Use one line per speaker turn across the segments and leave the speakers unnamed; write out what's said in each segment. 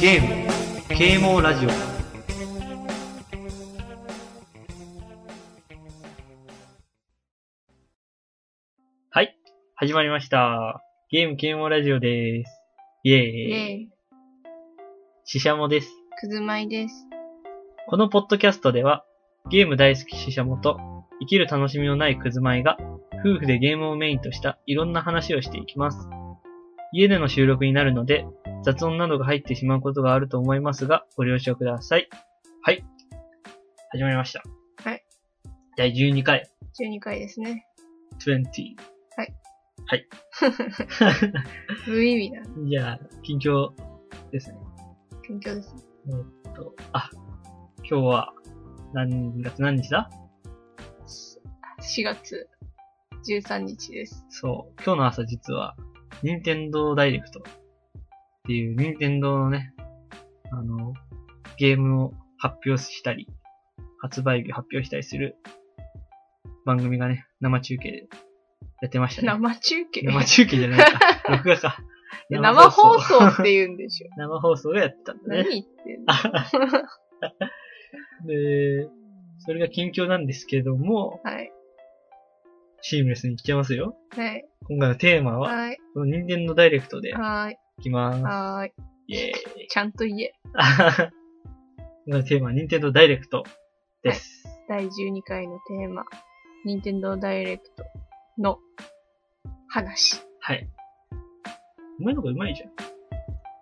ゲーム、啓蒙ラジオ。はい、始まりました。ゲーム啓蒙ラジオです。イエーイ。
で、
ししゃもです。
くずまいです。
このポッドキャストでは、ゲーム大好きししゃもと、生きる楽しみのないくずまいが、夫婦でゲームをメインとしたいろんな話をしていきます。家での収録になるので、雑音などが入ってしまうことがあると思いますが、ご了承ください。はい。始まりました。
はい。
第12回、
12回ですね。
20。
無意味な
じゃあ、近況ですね。
勉強ですね。
えっと、あ、今日は、何月何日だ
4月13日 です。
そう、今日の朝実は、任天堂ダイレクトっていう任天堂のね、あの、ゲームを発表したり、発売日発表したりする番組がね、生中継でやってましたね。
生中継
生中継じゃ ないか。録画か。
生放送って言うんでしょ。
生放送がやってたんだ
何
ね。
言ってんの
で、それが近況なんですけども、
はい。
シームレスに来てますよ。
はい。
今回のテーマは、
はい。
この任天堂ダイレクトで
はい。
いきます。
はい。
イェーイ。
ちゃんと言え。
あはは今 のテーマは Nintendo Direct です。
第12回のテーマ、任天堂ダイレクトの話。
はい。お前の方がうまいじゃん。い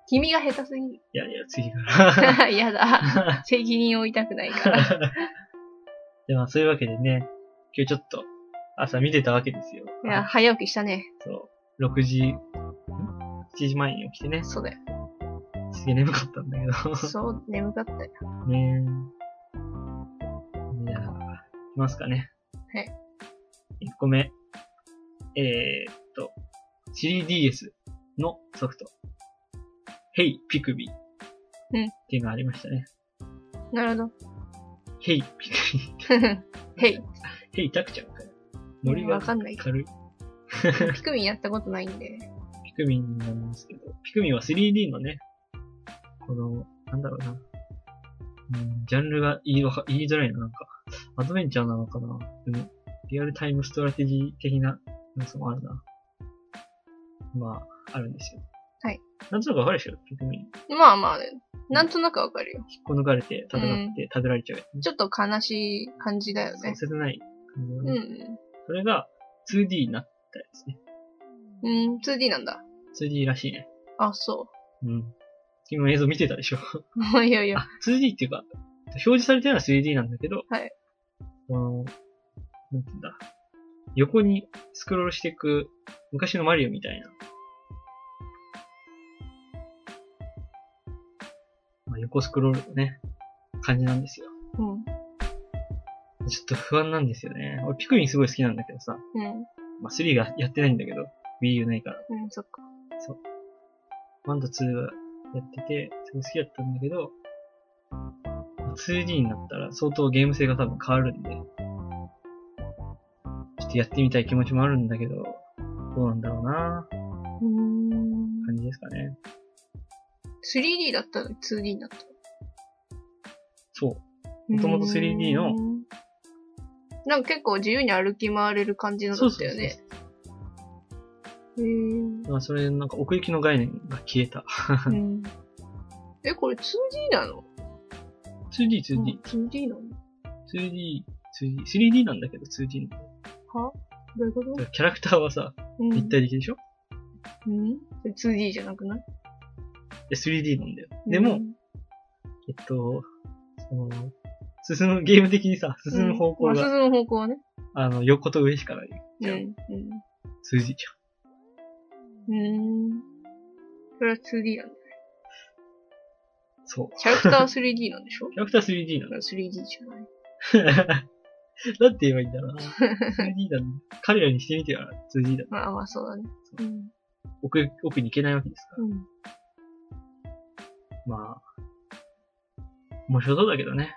君が下手すぎる。
やいや、次か
やだ。
ら。
責任を負いたくない から。
でもそういうわけでね、今日ちょっと朝見てたわけですよ。
いや、早起きしたね。
そう。6時、ん ?7 時前に起きてね、
そうだよ。
すげえ眠かったんだけど。
そう、眠かったよ。
ねえ。じゃあ、いきますかね。
はい。
1個目。えー、っと、3DS のソフト。Hey! ピクビ。
うん
っていうのがありましたね。
なるほど。
Hey! ピク
へい。
ビ。Hey! タクちゃんかよ。ノリが
わかんない
軽い。
ピクミンやったことないんで。
ピクミンなんですけど、ピクミンは 3D のね、この、なんだろうな。うん、ジャンルが言いわか言いづらいな、なんか。アドベンチャーなのかなでも、リアルタイムストラテジー的な要素もあるな。まあ、あるんですよ。
はい。
なんとなくわかるでしょピクミン。
まあまあ、なんとなくわかるよ。
引っこ抜かれて、戦って、食べられちゃうやつね、
ちょっと悲しい感じだよ
そう
ね。
切ない感じの
う
ね、
ん。
それが 2D になったやつね。
うん、2D なんだ。
2D らしいね。
あ、そ
うん。君も映像見てたでしょ
う。 いやいや。
あ、2D っていうか、表示されてるのは 3D なんだけど、
はい
この、なんていうんだ、横にスクロールしていく、昔のマリオみたいな。まあ、横スクロールのね、感じなんですよ。
うん。
ちょっと不安なんですよね。俺、ピクミンすごい好きなんだけどさ、
うん。
まあ、3がやってないんだけど、Wii U ないから。
うん、そっか。
1と2はやってて、すごい好きだったんだけど、2D になったら相当ゲーム性が多分変わるんで、ちょっとやってみたい気持ちもあるんだけど、どうなんだろうな
うーん。
感じですかね。
3D だったのに 2D になった。
そう。もともと 3D の
うん。なんか結構自由に歩き回れる感じのだ
そう
っ
そ
た
う
よ
そう
ね。へー
まあ、それ、なんか奥行きの概念が消えた。
うん。え、これ 2D なの
2D、2D、
2D なの
2D、2D、3D なんだけど 2D なんだ
はどういうこと
だからキャラクターはさ、
うん
立体的でしょ
うんそれ ?2D じゃなくない
で ?3D なんだよ。でも、
うん
えっと、その、進む、ゲーム的にさ、進む方向
まあ
が、
進む方向はね。
あの、横と上しかない。
うん。
じゃあ
うん。
数字じ
うーん。それは 2D なんだ。
ゃん。そう。
キャラクターは 3D なんでしょ
キャラクター 3D な
だから 3D じゃない。
の。だって言えばいいんだろう な。3D だ、ね、彼らにしてみては 2D だ。
まあまあそうだね。うん。
奥、奥に行けないわけですから。
うん。
まあ、面白そうだけどね。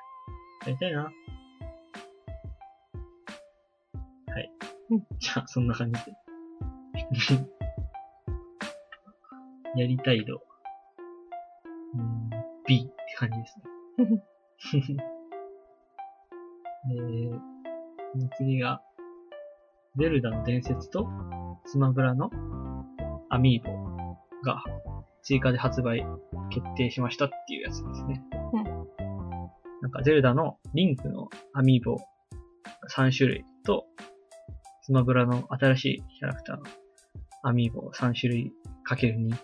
やりたいな。はい。
うん
じゃあ、そんな感じで。 やりたい度。うーん B って感じ ですね。えー、次が、ゼルダの伝説とスマブラのアミーボが追加で発売決定しましたっていうやつですね。
うん
なんかゼルダのリンクのアミーボ3種類とスマブラの新しいキャラクターのアミーボ3種類かける2ずつ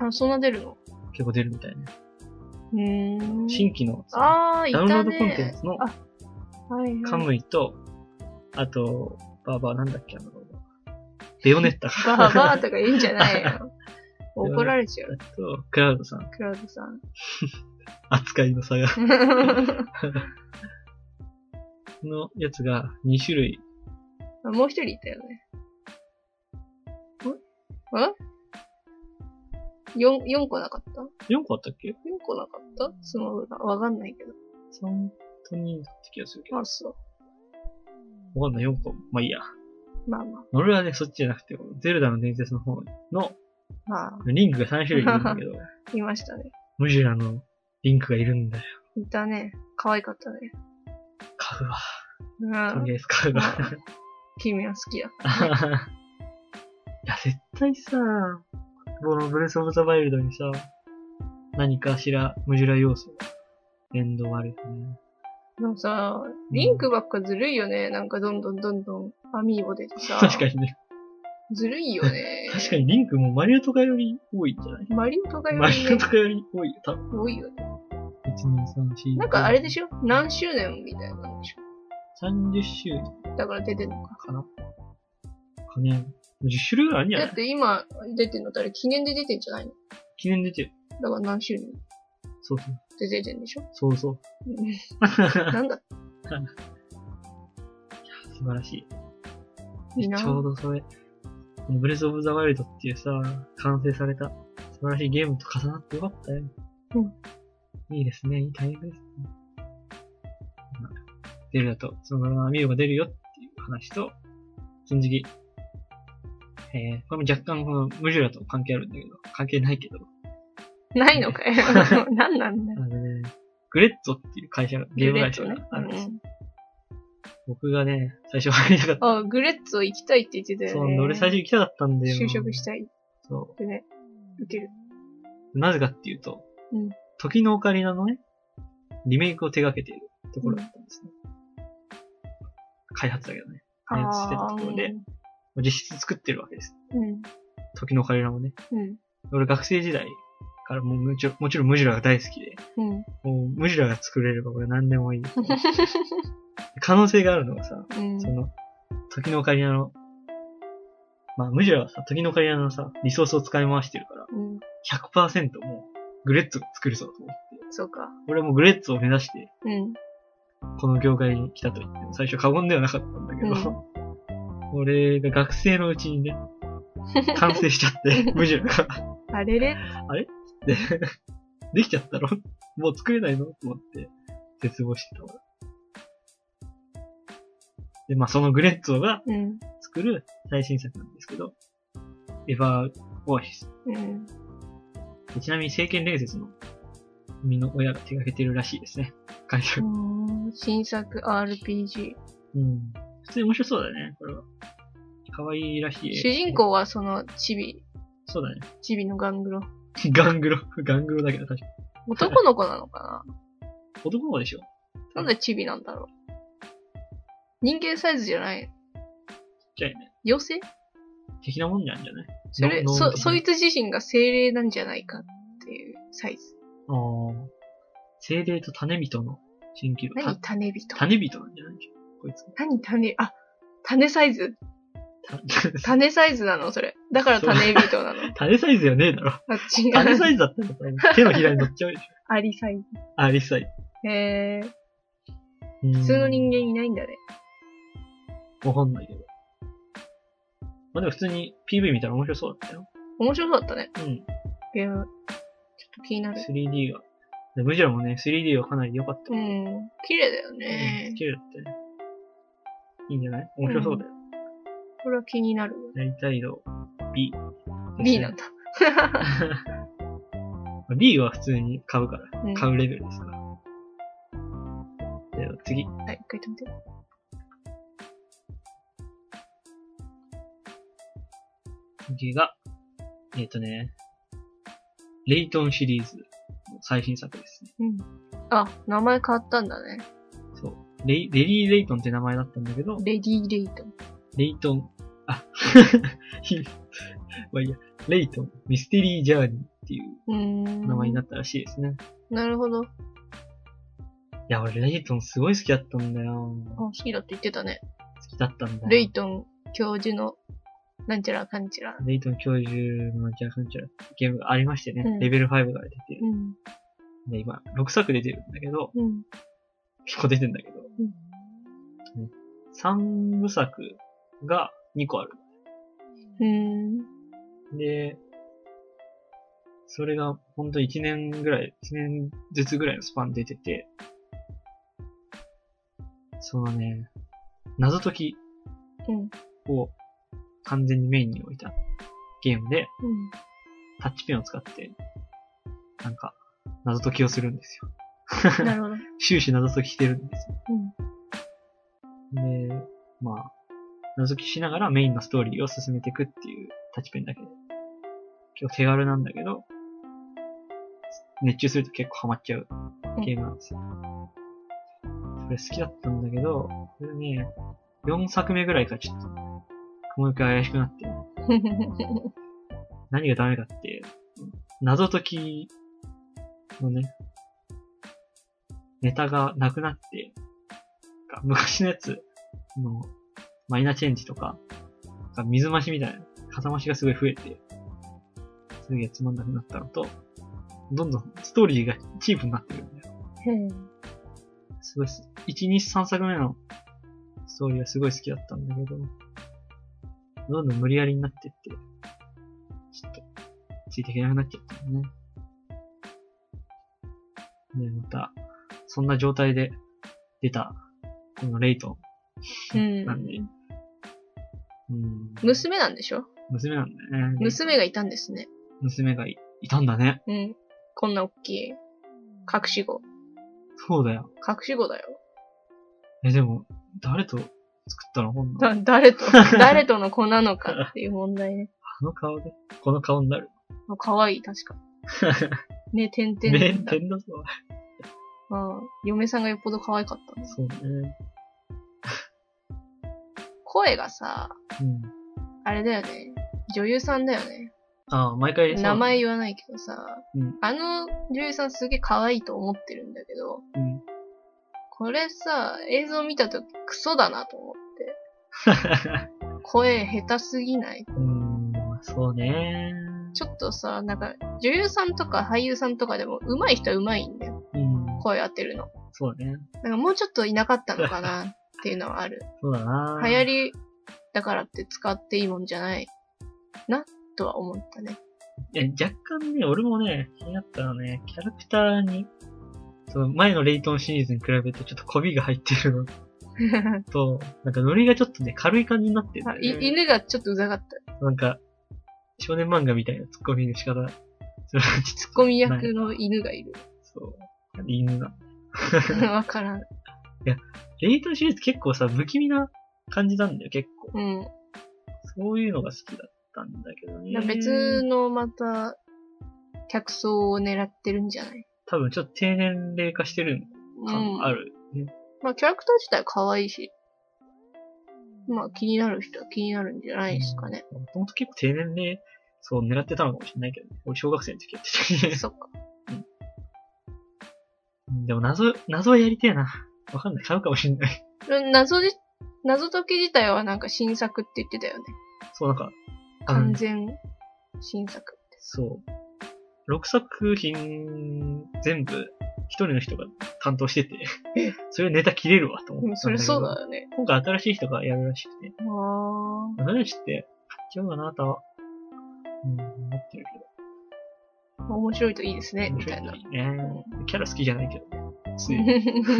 あ、そんな出るの
結構出るみたいね。
うーん。
新規のさ
あー、い
ダ
た
ウン
ね。
ロードコンテンツの
あ、はい、
カ
はい。
ムイと、あと、バーバーなんだっけあの、ベヨネッタ
バーバーとかいいんじゃない
あ
よ。怒られちゃう、
と、クラウドさん、
クラウドさん。
扱いの差が、のやつが2種類。
あもう一人いたよね。んえ四四個なかった
4個あったっけ
四個なかったスマブラ。わかんないけど。
?3 と2だった気がするけど。
あ、そ
わかんない、4個。まあいいや。
う。まあま
俺はね、そっちじゃなくて、ゼルダの伝説の方の
あ。まあ、
リンクが3種類いるんだけど、
いましたね。
ムジュラのリンクがいるんだよ。
いたね。可愛かったね。
買うわ。
う
と
ん。
りあえず 買うわ。
君は好きだ。
いや、絶対さ、このブレスオブザワイルドにさ、何かしら、ムジュラ要素が、連動あるよね。
でもさ、リンクばっかずるいよね。なんかどんどんどんどんアミーボ出てさ。
確かにね。。
ずるいよね
確かにリンクもマリオとかより多いんじゃない
マリオとかよ
マ
り
リ
ね
オとかより多いよ、多分。
多いよね。
1,2,3,4,5
なんかあれでしょ何周年みたいなんでしょ
?30周年
だから出てんのか。
かなかね。10種類ぐらいあるんじゃな
だっ
い
て今出てんのってあれ記念で出てんじゃないの
記念出てる。
だから何周年
そうそう。
で出てんでしょ
そうそう。
なんだ
素晴らし
いい
い。
な
ち。ょうどそれ、このブレスオブザワイルドっていうさ、完成された素晴らしいゲームと重なってよかったよ。いいですね。いいタイミングですね。まあゼルダとそのままアミューが出るよっていう話と、金次。えー、これも若干このムジュラと関係あるんだけど、関係ないけど、
ないのか よ。何なんだ
あ
よ。
のね、グレッツォっていう会社が、ゲーム会社
グレ
が
ッツ
あ
ォ
るん
ね
ですよ。
うん
僕がね、最初入りたかっ
あ、グレッツを行きたいって言ってた
た。
よね。
そうなんだ、俺最初行きたかったんだよ。
就職したいっ
そ
てね。受ける。
う。なぜかっていうと、
うん
時のオカリナのね、リメイクを手掛けているところだったんですね。開発だけどね。開発してたところで実質作ってるわけです。
あー。うん。
時のオカリナもね。
うん。
俺学生時代からもうむちろもちろんムジュラが大好きで、
うん。
もうムジュラが作れれば俺何で もいい。可能性があるのがさ、
うん。
その、時のオカリナの、まあムジュラはさ、時のオカリナのさ、リソースを使い回してるから、
うん。
100%もうグレッツを作るぞと思って。
そうか。
俺はもうグレッツを目指して、
うん。
この業界に来たと言っても最初過言ではなかったんだけど、俺が学生のうちにね、完成しちゃって、ムジュラが。
あれれ
で、できちゃったろもう作れないのと思って、絶望してたわ。で、まあそのグレッツォが
うん。
作る最新作なんですけど、エヴァーオアシス。
うん。
でちなみに聖剣伝説の身の親が手掛けてるらしいですね。会社。
うーん新作 RPG。
うん。普通に面白そうだね、これは。可愛いらしい。
主人。公はその、チビ、
そうだね。
チビのガングロ。
ガングロ、ガングロだけど確か
男の子なのか
男の子でしょ
ななんでチビなんだろう人間サイズじゃない
じゃあね。
妖精
的なもんなんじゃない
それ、
の脳みたい
そ、
な
そいつ自身が精霊なんじゃないかっていうサイズ。
あー精霊と種人の新記録。
何
た
種人
種人なんじゃないでしょこいつ。
何種、あ、種サイズ
た
種サイズなのそれ。だから種人なの。
種サイズじゃねえだろ。
あ、
種
違う。
サイズだったらさ手のひらに乗っちゃうでしょ。
アリサイズ。
あ、リスサイズ。
へー。
普
普通の人間いないんだね。
間。わかんないけど。まあでも普通に PV 見たら面白そうだったよ。
面白そうだったね。
うん。
ゲーム。ちょっと気になる。
3D がでムジュラもね、3D はかなり良かった。
うん。綺麗だよ
う
ね
ん。綺麗だったね。いいんじゃない面白そうだよ。
これは気になる。
やりたい度 B ですね。
B なんだ。
まあ B は普通に買うから、
うん
買うレベルですから。では次。
はい、一回止めて。
次が、えっ、とね、レイトンシリーズの最新作ですね。
うん。あ、名前変わったんだね。
そう。レイレディー・レイトンって名前だったんだけど、
レディー・レイトン。
レイトン、あ、 まあいいや、レイトン、ミステリー・ジャーニーっていう
うーん。
名前になったらしいですね。
なるほ
い
ど。あ、
や、俺レイトンすごい好きだったんだよ。好
好きだって言ってたね。
きだったんだよ。
レイトン教授の、なんちゃらかんちゃら。
レイトン教授のジャフンチャラゲームがありましてね、
うん
レベル5が出て、
うん。
で、今、6作出てるんだけど、
うん。
結構出てんだけど、
うん
3部作が2個ある。
うーん。
で、それがほんと1年ぐらい、1年ずつぐらいのスパンで出てて、そのね、謎解き
うん。
を完全にメインに置いたゲームで、
うん。
タッチペンを使って、なんか、謎解きをするんですよ。
なるほど。
終始謎解きしてるんですよ。
うん。
で、まあ、謎解きしながらメインのストーリーを進めていくっていうタッチペンだけで。結構手軽なんだけど、熱中すると結構ハマっちゃうゲームなんですよ。それ好きだったんだけど、これね、4作目ぐらいからちょっと、もう一回怪しくなって、何がダメかって、謎解きのね、ネタがなくなって、なんか昔のやつのマイナーチェンジとか、なんか水増しみたいな、か増しがすごい増えて、すげえつまんなくなったのと、どんどんストーリーがチープになってるんだよ。
へえ。
すごいす、1、2、3作目のストーリーがすごい好きだったんだけど、どんどん無理やりになってって、ちょっと、ついていけなくなっちゃったんだね。で、また、そんな状態で出た、このレイト
う
ンなんで、
ん。
うん、
娘なんでしょ
娘なんだよね。
娘がいたんですね。
娘がいいたんだね。
うん。こんな大きい。隠し子。
そうだよ。
隠し子だよ。
え、でも、誰と作ったのこんなの
だ、誰 と、誰との子なのかっていう問題ね。
あの顔で、この顔になる。
あ可愛い、確か。 ね、点々
め
だ
ん
った
て。んだぞ。
うん。嫁さんがよっぽど可愛かったね。
そうね。
声がさ、
うん。
あれだよね。女優さんだよね。
ああ、毎回そう
名前言わないけどさ、
うん
あの女優さんすげえ可愛いと思ってるんだけど、
うん。
これさ、映像見たときクソだなと思って。声下手すぎないう
ーん、そうね。
ちょっとさ、なんか、女優さんとか俳優さんとかでも上手い人は上手いんだよ。
うん、
声当てるの。
そうね。
なんかもうちょっといなかったの かなっていうのはある。
そうだな。
流行りだからって使っていいもんじゃないな、とは思っ たね。
いや、若干ね、俺もね、気になったのね、キャラクターに、その前のレイトンシリーズに比べてちょっと媚びが入ってるのと、なんかノリがちょっとね、軽い感じになってる、
あ
ね。
い犬がちょっとうざかった。
なんか、少年漫画みたいなツッコミの仕方。それはちょっと
ツッコ ミ役の犬がいる。
そう。犬が。
わからん。
レイトンシリーズ結構さ、不気味な感じなんだよ、結構。
うん。
そういうのが好きだったんだけどね。
別のまた、客層を狙ってるんじゃない
多分ちょっと低年齢化してる
う
感
ん。
ある。
まあ、キャラクター自体可愛いし、まあ、気になる人は気になるんじゃないですかね。
もともと結構低年齢、そう狙ってたのかもしれないけど、ね、俺小学生の時やってたけどね
そっか。
うんでも謎、謎はやりてえな。わかんない。買うかもしれない。
うん謎じ、謎解き自体はなんか新作って言ってたよね。
そう、なんか、あの
完
ね
全新作。
そう。6作品全部、一人の人が担当してて、それネタ切れるわと思ったん
う
だ
ん、
けど。
それそうだよね。
今回新しい人がやるらしくて、
あー
何して、買っちゃおうかな、あとは。うん、思ってるけど。
面白いといいですね、みたいな。
ね。キャラ好きじゃないけど。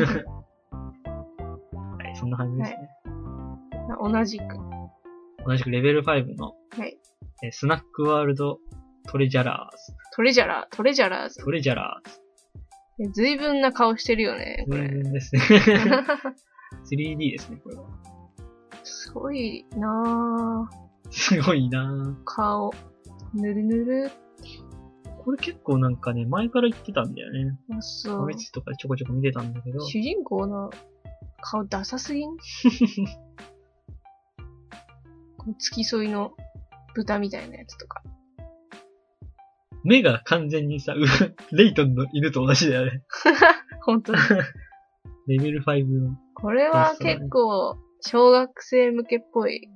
はい、そんな感じですね。
同じく。
同じくレベル5の、
はい
えースナックワールドトレジャラーズ。
トレジャラー、トレジャラーズ。
トレジャラーズ。
え随分な顔してるよね、これ。
全然ですね。3D ですね、これは。
すごいなぁ。
すごいな
顔。ぬるぬる。
ぁ。これ結構なんかね、前から言ってたんだよね。
あ、そ
お
う
み。つとかちょこちょこ見てたんだけど。
主人公の顔ダサすぎ んこの付き添いの豚みたいなやつとか。
目が完全にさ、うわレイトンの犬と同じだよね。
本当に。
レベル5の。
これは結構、小学生向けっぽい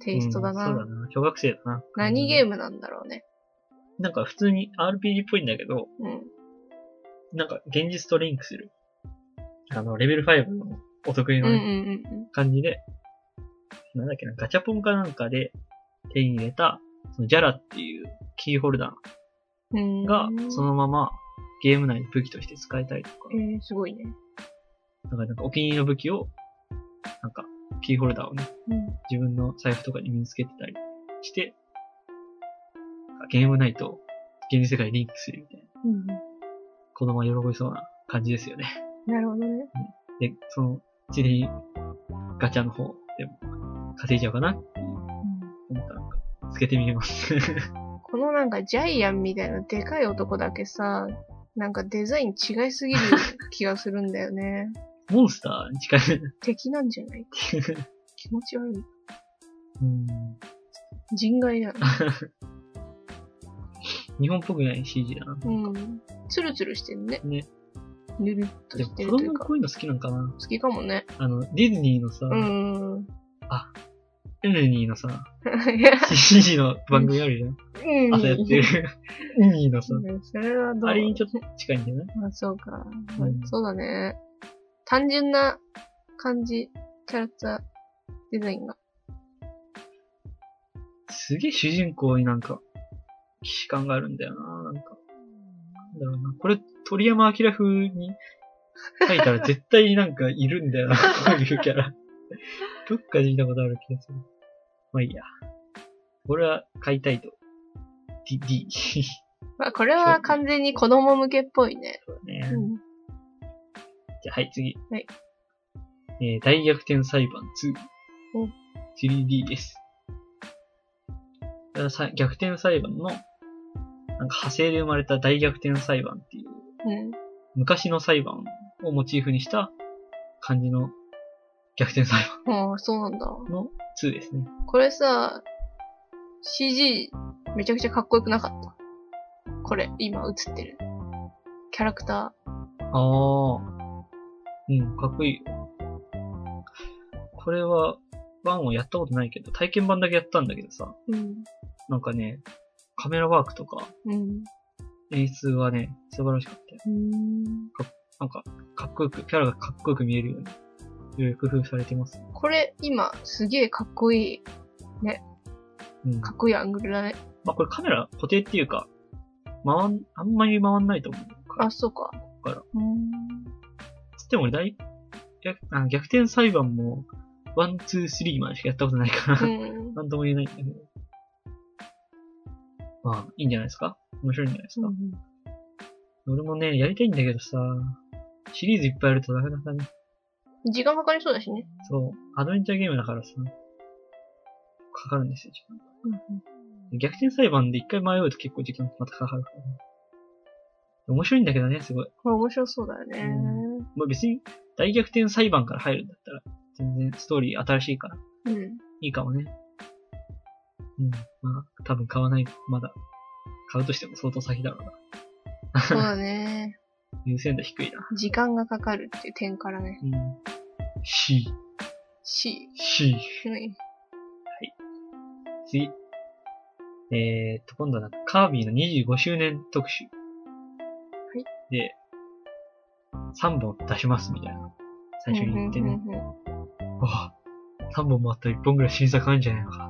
テイストだな。
うんそうだな。小学生だな。
何ゲー
ム
ムなんだろうね。
なんか普通に RPG っぽいんだけど、
うん。
なんか現実とリンクする。あの、レベル5のお得意
うん
の
うん
ね、
うんうん。
感じで、なんだっけな、ガチャポンかなんかで手に入れた、そのジャラっていうキーホルダ
うーん
ーがそ、のままゲーム内の武器として使えたりとか
え、ー、すごいね。
だからなんかお気に入りの武器を、なんかキーホルダーをね、
うん。
自分の財布とかに身につけてたりして、なんかゲーム内と現実世界にリンクするみたいな、
うん、
子供は喜びそうな感じですよね。
なるほどね。
で、その、ついでにガチャの方でも稼いじゃおうかなって思ったらなんか、つけてみます。
このなんかジャイアンみたいなでかい男だけさ、なんかデザイン違い すぎる気がするんだよね。
モンスターに近い。
敵なんじゃ ない気持ち悪い。
うん
人外だな。
日本っぽくない CG だな。
うん。ツルツルしてるね。
ね。
ぬるっと
でも
し
子
てるとい
供
う
が
か。
こういうの好きなんかな。
好きかもね。
あの、ディズニーのさ、
うん。
ディズニーのさ、
いや
CG の番組あるじゃん。
うん。
朝やってる。 ディズニーのさ、
ねそれはどう
あれにちょっと近いんじゃない
まあそうか、
うん
そうだね。単純な感じ、キャラクター、デザインが。
すげえ主人公になんか、既視感があるんだよな。なんか、なんだろうな。これ、鳥山明風に書いた ら絶対になんかいるんだよな。こういうキャ ラ。どっかで見たことある気がする。まあいいや。俺は買いたいと。D、D。
まあこれは完全に子供向けっぽいね。
そうだね。
うん。
じゃあ、はい、次。
はい。
えー、大逆転裁判2
お。
3D です。これはさ逆転裁判の、なんか派生で生まれた大逆転裁判っていう、
うん。
昔の裁判をモチーフにした感じの逆転裁
ああ、そうなんだ。
判の2ですね。
これさ、CG めちゃくちゃかっこよくなかった。これ、今映ってる。キャラク
あ
タ
あ。うん、かっこいいよ。これは、1をやったことないけど、体験版だけやったんだけどさ、
ー。うん。
なんかね、カメラワークとか、
うん。
演出はね、素晴らしかったよ。
うん
なんか、かっこよく、キャラがかっこよく見えるように、いろいろ工夫されてます。
これ、今、すげえかっこいい、
うん。
かっこいいアングルだね。
まあ、これカメラ固定っていうか、回ん、あんまり回んないと思うから。
あ、そうか。
こから
うん。
つっても俺大、逆あ逆転裁判も、ワン、ツー、スリーまでしかやったことないから、
う
なん、
ん。
とも言えないんだけど。まあ、いいんじゃないですか面白いんじゃないですか、俺もね、やりたいんだけどさ、シリーズいっぱいあるとなかなかね、
時間かかりそうだしね。
そう、アドベンチャーゲームだからさ、かかるんですよ、時間。逆転裁判で一回迷うと結構時間またかかるから、ね。面白いんだけどね、すごい。
これ面白そうだよね。
まあ、別に大逆転裁判から入るんだったら、全然ストーリー新しいから、
うん。
いいかもね。うん。まあ、多分買わない、まだ。買うとしても相当先だろうな。
そうだね。
優先度低いな。
時間がかかるっていう点からね。
うん。C、
C。
C。
うん。
次。えーっと、今度はなんかカービィの25周年特集。はいで、3本出しますみたいな。最初に言ってね。
うんうん
わあ、3本もあったら1本ぐらい新作あるんじゃないのか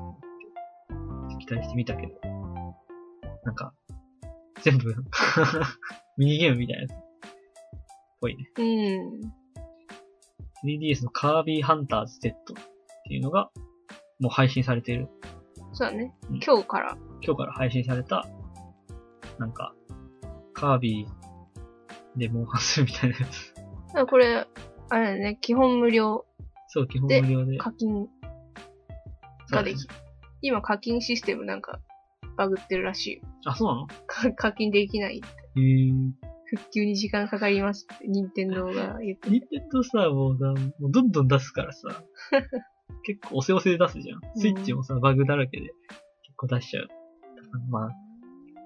って期待してみたけど。なんか、全部 ミニゲームみたいなやつ。ぽいね。
うん。
3DS のカービィハンターズ Z っていうのが、もう配信されている。
そうだね
うん。
今日から。
今日から配信された、なんか、カービィでモンハンするみたいな やつ。
だからこれ、あれだね、基本無料
そう、基本
で
無料で。
課金ができる。今課金システムなんか、バグってるらしいよ。
あ、そうなの
か課金できない。
へー。
復旧に時間かかりますって、任天堂が言 ってる。
ニンテンドさ、もうさ、もうどんどん出す からさ、結構おせおせで出すじゃん。スイッチもさ、バグだらけで結構出しちゃう。まあ、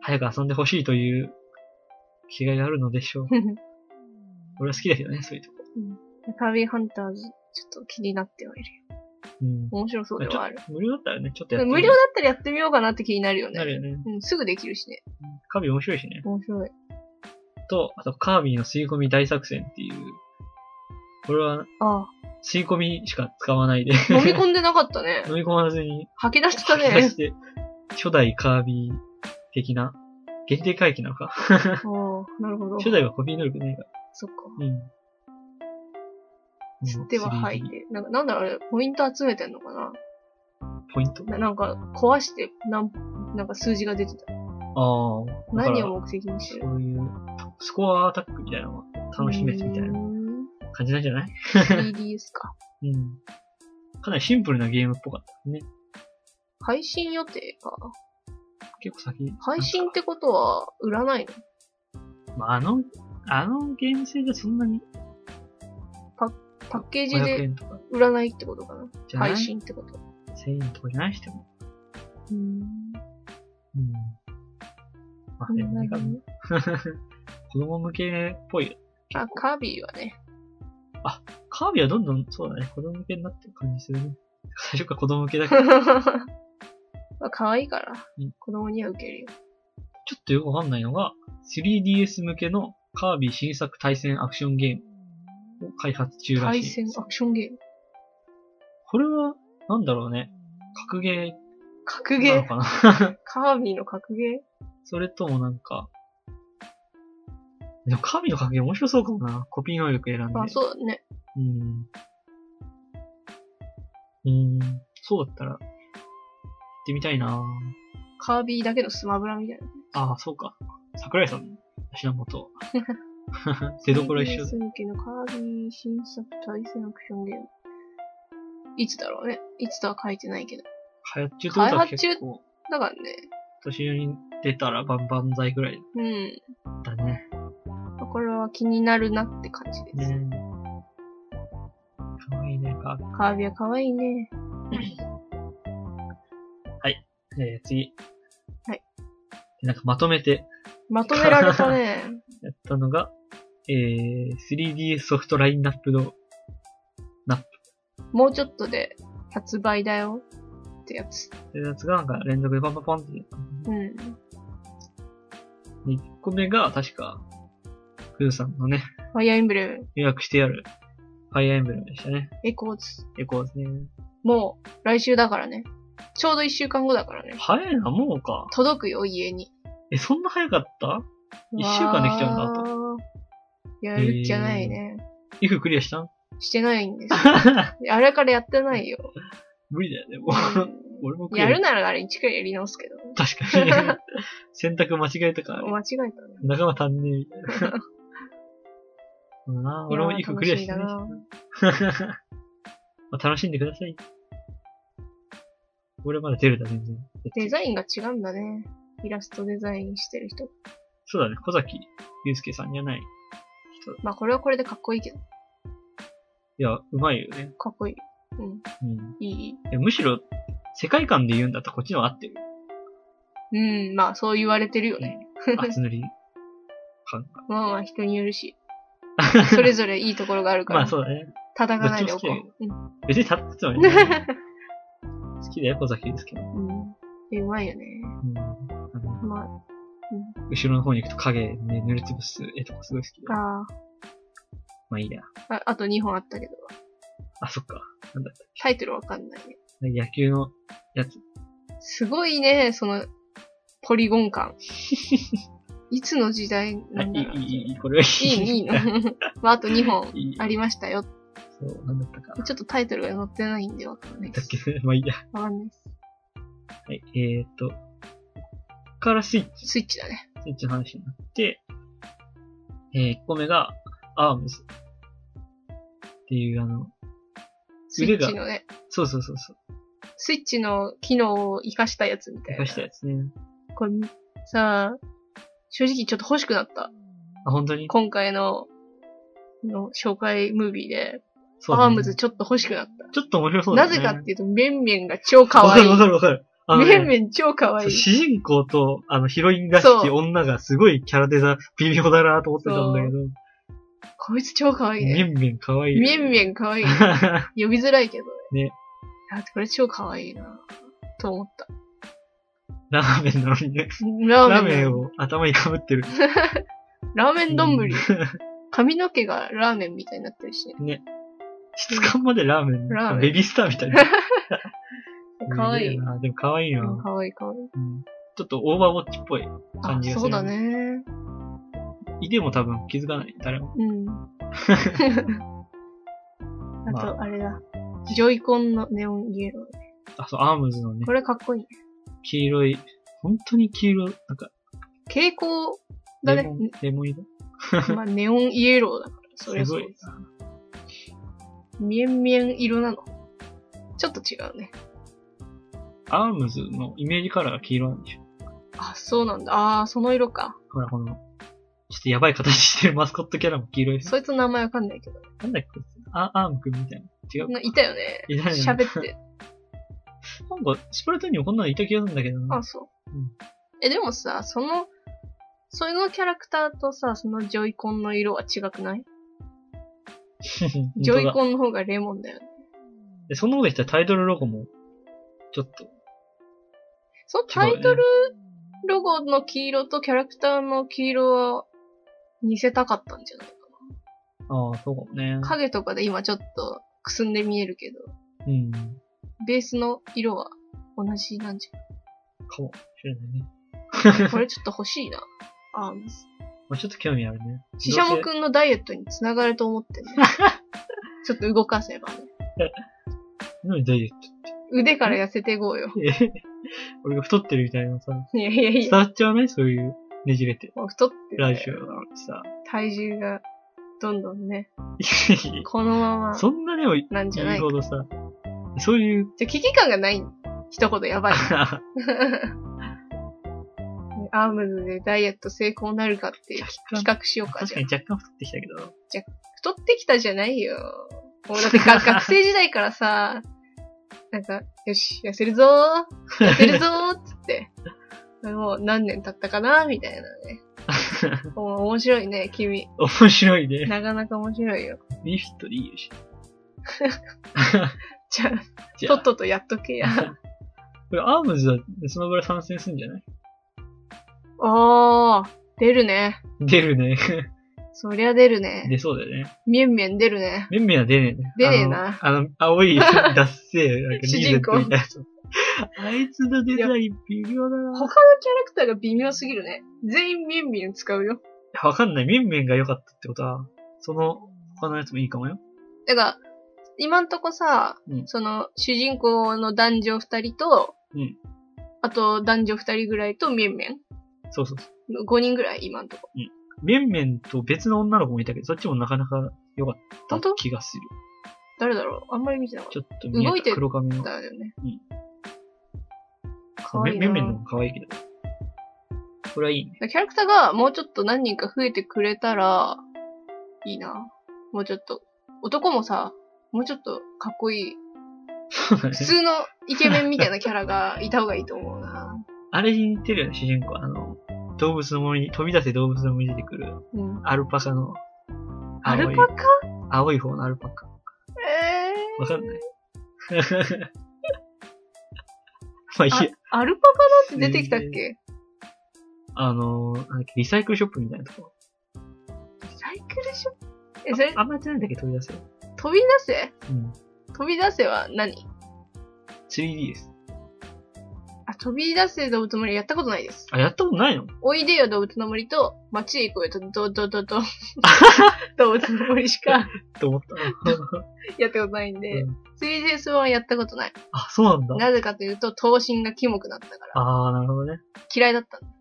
早く遊んでほしいという気概があるのでしょう。俺は好きだけどね、そういうとこ。
カービィハンターズ、ちょっと気になってはいるよ。
うん。
面白そうではある。
無料だったらね、ちょっとやって
無料だったらやってみようかなって気になるよね。
なるよね。
うん、すぐできるしね。
カービィ面白いしね。
面白い。
と、あとカービィの吸い込み大作戦っていう。これは
あ
吸い込みしか使わないで。。
あ、 飲み込んでなかったね
飲み込まずに
吐き出してた
果た
ね
し。て、初代カービィ的な、限定回帰なのか。
おーなるほど。
初代はコピー能力ねえか。
そっから
うん。
吸っては吐い
うん。3D
て。なんか、なんだろう、あれ、ポイント集めてんのかな
ポイント
ななんか、壊して、なん、なんか数字が出てた。
ああ。だから
何を目的にしてる
そういう、スコアアタックみたいなのが楽しめるみたいな
うー
感じなんじゃない
ん 3DS か。
うん。かなりシンプルなゲームっぽかったね。
配信予定か。
結構先。
配信ってことは、売らないの
まあ、あの、あのゲーム性じゃそんなに
パッケージ
500
で
円とか
売らないってことかな
じゃない
配信ってこと。
1000円とかじゃないしても。うん。まあ、でもね、子供向けっぽいよ。
あ、カービィはね。
カービィはどんどん、そうだね、子供向けになってる感じするね。最初から子供向けだけど、
まあ、可愛いから
うん、
子供には受けるよ。
ちょっとよくわかんないのが、3DS 向けのカービィ新作対戦アクションゲームを開発中らしい。
対戦アクションゲーム。
これは、なんだろうね。格ゲ
格
ー
ゲ
なの
ー
かな
カービィの格ゲ
それともなんか、でもカービィの格ゲー面白そうかもな。コピー能力選んで。
ーあ、そうだね。
うん。うん。そうだったら、行ってみたいな
カービィだけのスマブラみたいな。
ああ、そうか。桜井さんの足の 元。出どころ一緒
3DS
で。
向けのカービィ新作対戦アクションゲーム。いつだろうね。いつとは書いてないけど。
流行っ中ってことは結
開発
構、
だからね。
年寄りに出たら万々歳ぐらい
うん。
だね。
まあこれは気になるなって感じです。
ねかわいいね、か。
カービィは可愛いね。
えー、次。
はい。
なんかまとめて
まとめられたね。
やったのが、えー、3DS ソフトラインナップの、
もうちょっとで発売だよってやつ。
やつがなんか連続でパンパンパンって
うん。
1個目が確か、クーさんのね、
ファイアーエンブレム、
予約してある、ファイアーエンブレムでしたね。
エコーズ。
エコーですね。
もう来週だからね。ちょうど一週間後だからね。
早いな、もうか。
届くよ、家に。
え、そんな早かった一週間できちゃうんだ
と。やるっきゃないね。
イフクリアしたん
してないんです よ。あれからやってないよ。
無理だよね、も
う
う。
ん
俺もクリア
やるならあれ一回やり直すけど。
確かに。 選択間違えたから、
間違えたね。
仲間足んねえみたいな。そうだ な俺もイフクリアしてないし
いやー
な。 まあ楽しんでください。俺まだ出るだ、全然。
デザインが違うんだね。イラストデザインしてる人。
そうだね、小崎祐介さんじゃない人だ。
まあこれはこれでかっこいいけど。
いや、うまいよね。
かっこいい。うん。
うん。
いい。
いやむしろ、世界観で言うんだったらこっちの方が合ってる。
うん、まあそう言われてるよね。
厚塗り感が。
まあまあ人によるし。それぞれいいところがある か
まあ
ら、
そうだね。
叩かないでおこ
どっちも
う。
別に立っててもいい、
うん
好きだよ、小崎ですけど。
うん。 で、うまいよね。
うん。あの、
ま
後ろの方に行くと影ね、塗りつぶす絵とかすごい好きだよ。
あ、
まあいいや。
ああ、あと2本あったけど、
あ、そっか。なんだったっ
タイトルわかんないね。
け。野球のやつ。
すごいね、その、ポリゴン感。 いつの時代
あ
ないん
い
だろう。、
いい、いい、これはい
い
い。
いいの まあ、あと2本
いい
ありましたよ。
そう、なんだったか。
ちょっとタイトルが載ってないんでわかんないで
だっ
す。
け まあいいや。
わかんないです。
はい、えーっと、ここからスイッチ
スイッチだね。
スイッチの話になって、えー、1個目が、アームズ。っていう、あの、
スイッチのね。
そうそうそうそう、
スイッチの機能を活かしたやつみたいな。
出したやつね。
これ、さあ、正直ちょっと欲しくなった。
あ、本当に
今回の、の紹介ムービーで、
そうだね
アームズちょっと欲しくなっ
ちょっと面白
た。
そうだ
な
ね。
ぜかっていうと、メンメンが超可愛い。
わかるわかるわかる。
メン
ね
メン超可愛い。
主人公と、あの、ヒロインが好き
そう
女がすごいキャラデザ微妙だなと思ってたんだけど、
こいつ超可愛い
み
ね。
んみんかわいい。
メ
ん。
ンメン可愛い。呼びづらいけどね。
ね
だってこれ超可愛いなと思った。
ラーメンなのにね。
ラ
ラー
ー
メ
メン
ン
の、
を頭にかぶってる。
ラーメン丼。
う
髪の毛がラーメンみたいになってるしね。
んね。質感までラーメン。
ラーメン
ベビースターみたいな。
可愛い
すげえなでもかわいいな、
うん可愛い可愛い。
うんちょっとオーバーウォッチっぽい。
あ
感、じがする
そうだね。
いても多分気づかない。誰も。
うん。あ
ま
と、あれだ。ジョイコンのネオンイエロ
あ、そう、アームズのね
ー。こ、れかっこいいね。
黄色い、本当に黄色、なんか、
蛍光だ
レ
ね
モ。ン、レモン色
まあ、ネオンイエローだから。それ
す
そ
ご
う
い
で。す。みえんみえん色なの。ちょっと違うね。
アームズのイメージカラーが黄色なんでしょ。
あ、そうなんだ。ああ、その色か。
ほら、この、ちょっとやばい形してるマスコットキャラも黄色いし。
そいつの名前わかんないけど。
なんだっけこいつあ、アームくんみたいな。違う。
ないたよね。
いないよね
喋 って。
なんか、スプラトゥーンにもこんなのいた気がするんだけどな
あ、。そう
うん。
え、でもさ、その、そのキャラクターとさ、そのジョイコンの色は違くないジョイ
ン。
コンの方がレモンだよね。
でそのこと言ったらタイトルロゴも、ちょっと、
そのタ
違うね
イトルロゴの黄色とキャラクターの黄色は似せたかったんじゃないか
ああ、そうかもね
な。。影とかで今ちょっとくすんで見えるけど、
うん。か
ベースの色は同じなんじゃ
もしれないね。
ないこれちょっと欲しいな。あー
まあちょっと興味あるね。
ししゃも
どう
くんのダイエットにつながると思 ってね。ちょっと動かせばね。
せ何ダイエット
腕から痩せていこうよ。
って。俺が太ってるみたいなさ、
いやいやい
伝
や。
わっちゃわないそういう、ねじれて。
もう太って
ラ
ね、
ジオなのにさ。
体重がどんどんね、
いやい
このま
や
ま
そんなでも
なんじゃな
言
いうか
ほ。どさ、そういう、
じゃあ危機感がない。一言やば い。アームズでダイエット成功なるか っていう
確
企画しようか、じ
か
ゃあ
に若干太ってきたけど。
太ってきたじゃないよ。もうだってが学生時代からさ、 なんか、よし、痩せるぞー、痩せるぞーっつって。もう何年経ったかなみたいなね。もう面白いね、君。
面白いね。
なかなか面白いよ。
ミーフィットでいいよし。
じゃあ、
じゃ
と
あ
っ、ととやっとけや。
これアームズはスマブラ参戦するんじゃない
おー、出るね。
出る ね。
そりゃ出るね。
出そうだよね。
みえんみえん出るね。
めんめんは出ねえね。
出ねえな
あの、あの青い、 ダッセー、なんか
主人公
リーゼントみたいなやつあいつのデザイン微妙だ
他の
な。
キャラクターが微妙すぎるね。全員みえんみえん使うよ。
わかんない。めんめんが良かったってことは、その、他のやつもいいかもよ。
だから、今んとこさ、
うん
その、主人公の男女二人と、
うん
あと男女二人ぐらいと、みえんみえん。
そうそうそ
5人ぐらい、今んとこ。
う。めんめんと別の女の子もいたけど、そっちもなかなか良かっ
本当
た気がする。
誰だろうあんまり見てなかっ
ちょっと見
動
え
いて
た
る
黒髪の。
たよね。
うん
かわ
め
いい
め
な。
んめんのも可愛いけど。これはいいね。
キャラクターがもうちょっと何人か増えてくれたら、いいな。もうちょっと。男もさ、もうちょっとかっこいい。
そうだね
普通のイケメンみたいなキャラがいた方がいいと思うな。
あれに似てるよね、主人公。あの、動物の森に、飛び出せ動物の森に出てくる、
うん。
アルパカの、
ア
青い
ルパカ
青い方のアルパカ。
ええ
わかんない。 まあいいや
ー。。あアルパカなんて出てきたっけ
あのー、なんだっけ、リサイクルショップみたいなとこ。
サイクルショップえ、それ
あ、あんまやってないんだっけ、飛び出せ。
飛び出せ
うん。
飛び出せは何
3D です。
あ、飛び出せ動物の森やったことないです。
あ、やったことないの
おいでよ動物の森と、街へ行こうよと、ど、ど、ど、 ど、動物の森しか
って思った。
やったことないんで、
う
3DS はやったことない。
あ、そうなんだ。
なぜかというと、頭身がキモくなったから、
あー、なるほどね。
嫌いだったの。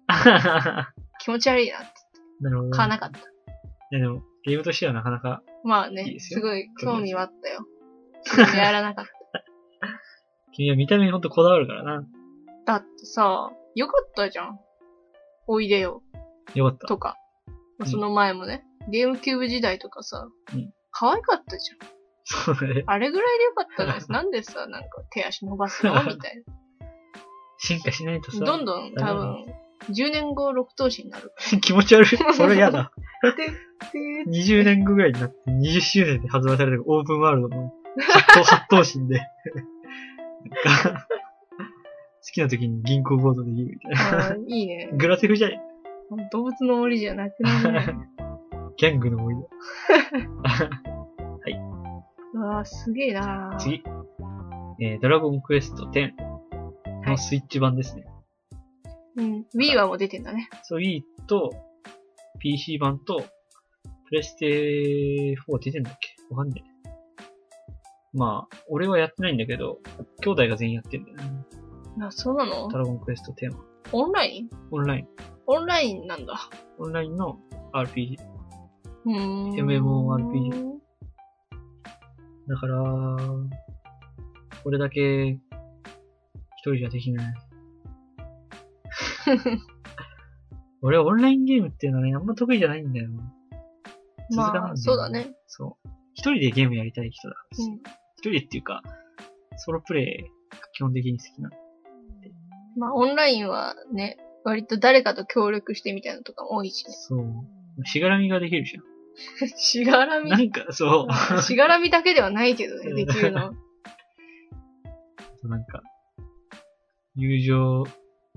気持ち悪いなって、
なるほど、ね。
買わなかった。
いやでも、ゲームとしてはなかなか、
まあ
いい
ね、
です
す
よ
ごい興味はあったよ。やらなかっ
君は見た目にほんとこだわるからな。
た。だってさ、よかったじゃん。おいでよ。
よかった。
とか、ま
うん
あその前もね、ゲームキューブ時代とかさ、
うん
可愛かったじゃん。
そうだね。
あれぐらいでよかった のになんでさ、なんか手足伸ばすのみたい
進化しないとさ、
な。どんどん多分、10年後6頭身になるか
気持ち 悪い。それやだ。
ら。てって
20年後ぐらいになって、20周年で発売されたオープンワールドの発動、発動心で、 なんか好きな時に銀行強盗できるみたいな。
あーいいね。
グラセフじゃね
動物の森じゃなくなる ね。
ギャングの森だ。
うわーすげえなー
次。えー、ドラゴンクエスト10のスイッチ版ですね。
うん。Wii はもう出てんだね。
そう、E と、PC 版と、プレステ4出てんだっけわかんねえ。まあ、俺はやってないんだけど、兄弟が全員やってんだよね。
あ、そうなの
ドラゴンクエスト10は。
オンライン
オンライン。
オンラインなんだ。
オンラインの RPG。
うーん。
MMORPG。だから、これだけ、一人じゃでき ない。俺、オンラインゲームっていうのはね、あんま得意じゃないんだよ。続かないんだよ、
まあ、そうだ。ね。
そう。一人でゲームやりたい人だ。
う
一、
ん。
人でっていうか、ソロプレイが基本的に好きな。
まあ、オンラインはね、割と誰かと協力してみたいなのとかも多いしね。
そう。しがらみができるじゃ
しがら
ん。
み
な。んか、そう。
しがらみだけではないけどね、できるのは。
なんか、友情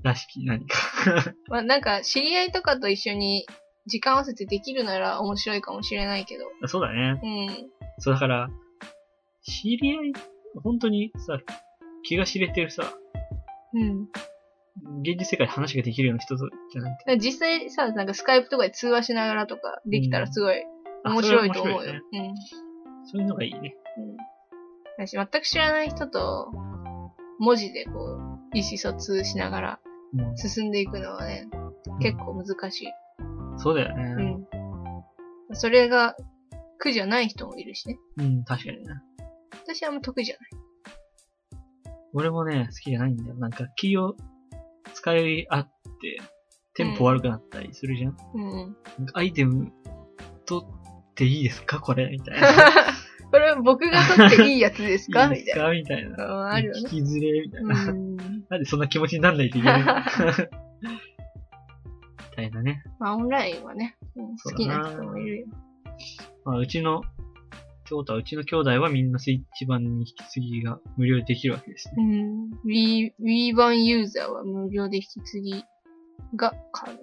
らしき何か。
まあ、なんか、知り合いとかと一緒に時間合わせてできるなら面白いかもしれないけど。
あそうだね。
うん。
そうだから、知り合い、本当にさ、気が知れてるさ、
うん。だか
現実世界で話ができるような人とじゃなくて。
ら実際さ、なんかスカイプとかで通話しながらとかできたらすごい
あ
面白いと思
そうれは面白い
よ。
ね
うん。
そういうのがいいね。
うん私、全く知らない人と、文字でこう、意思疎通しながら
うん
進んでいくのはね、結構難しい。
そうだよね。
うん。それが、苦じゃない人もいるしね。
うん、確かにね。
私はあんま得意じゃない。
俺もね、好きじゃないんだよ。なんか、気を使い合って、テンポ悪くなったりするじゃん。
うんうん。
なんかアイテム、取っていいですかこれみたい な。
これ僕が取っていいやつですか
い
み
いです
た いな。
かみたいな。
うんあるよね
聞きずれみたいな。
うん。
なんでそんな気持ちになんないといけないの みたいなね。
まあ、オンラインはね、うん
そ
好
うだ
き
な
な人もいるよ。
まあ、うちの、兄弟、うちの兄弟はみんなスイッチ版に引き継ぎが無料でできるわけですね。
うん。Wii、Wii 版ユーザーは無料で引き継ぎが可能。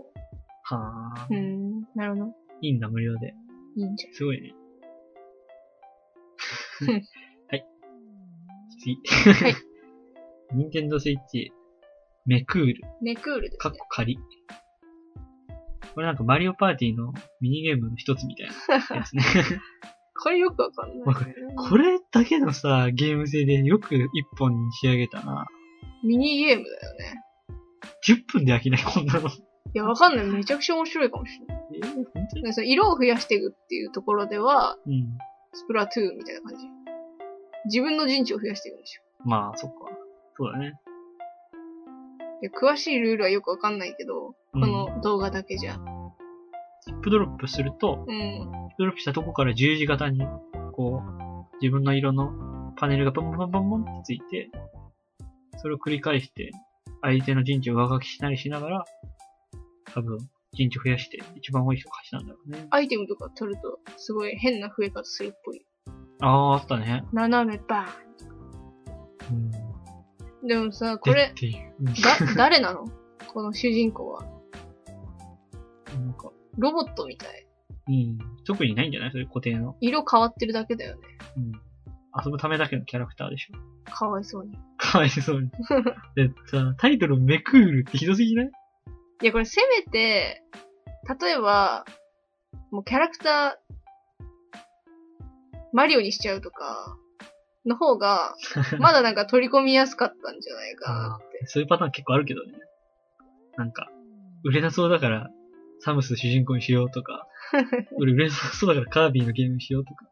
はあ、
うん。なるほど。
いいんだ、無料で。
いいんじゃん。
すごいね。はい。次。
い
ニンテンドースイッチ、メクール、
ネクールで
カ
す
ッ
ね。
コ仮。これなんかマリオパーティーのミニゲームの一つみたいなやつね。
これよくわかんない。
これだけのさ、ゲーム性でよく一本に仕上げたな。
ミニゲームだよね。
10分で飽きない、こんなの。
いや、わかんない。めちゃくちゃ面白いかもしれない。
えー、本当に
でその色を増やしていくっていうところでは、
うん。
スプラトゥーンみたいな感じ。自分の陣地を増やしていくんでしょ。
まあ、そっか。そうだね。
で詳しいルールはよくわかんないけど、
こ
こ、の動画だけじゃ。
ヒップドロップすると、
うん。
ヒップドロップしたとこから十字型に、こう、自分の色のパネルがボンボンボンボンってついて、それを繰り返して、相手の陣地を上書きしたりしながら、多分、陣地増やして、一番多い人が勝ちなんだろうね。
アイテムとか取ると、すごい変な増え方するっぽい。
ああー、あったね。
斜めバー
うん。
ン。でもさ、これ
っ、ていう。うん
だ、 誰なのこの主人公は。
なんか、
ロボットみたい。
うん。特にないんじゃないそれ固定の。
色変わってるだけだよね。
うん。遊ぶためだけのキャラクターでしょ。
かわいそうに。
かわいそう に。でさ、タイトルめくるってひどすぎない
いや、これせめて、例えば、もうキャラクター、マリオにしちゃうとか、の方が、まだなんか取り込みやすかったんじゃないかなって。
そういうパターン結構あるけどね。なんか、売れなそうだから、サムス主人公にしようと か、俺売れなそうだからカービィのゲームにしようとか、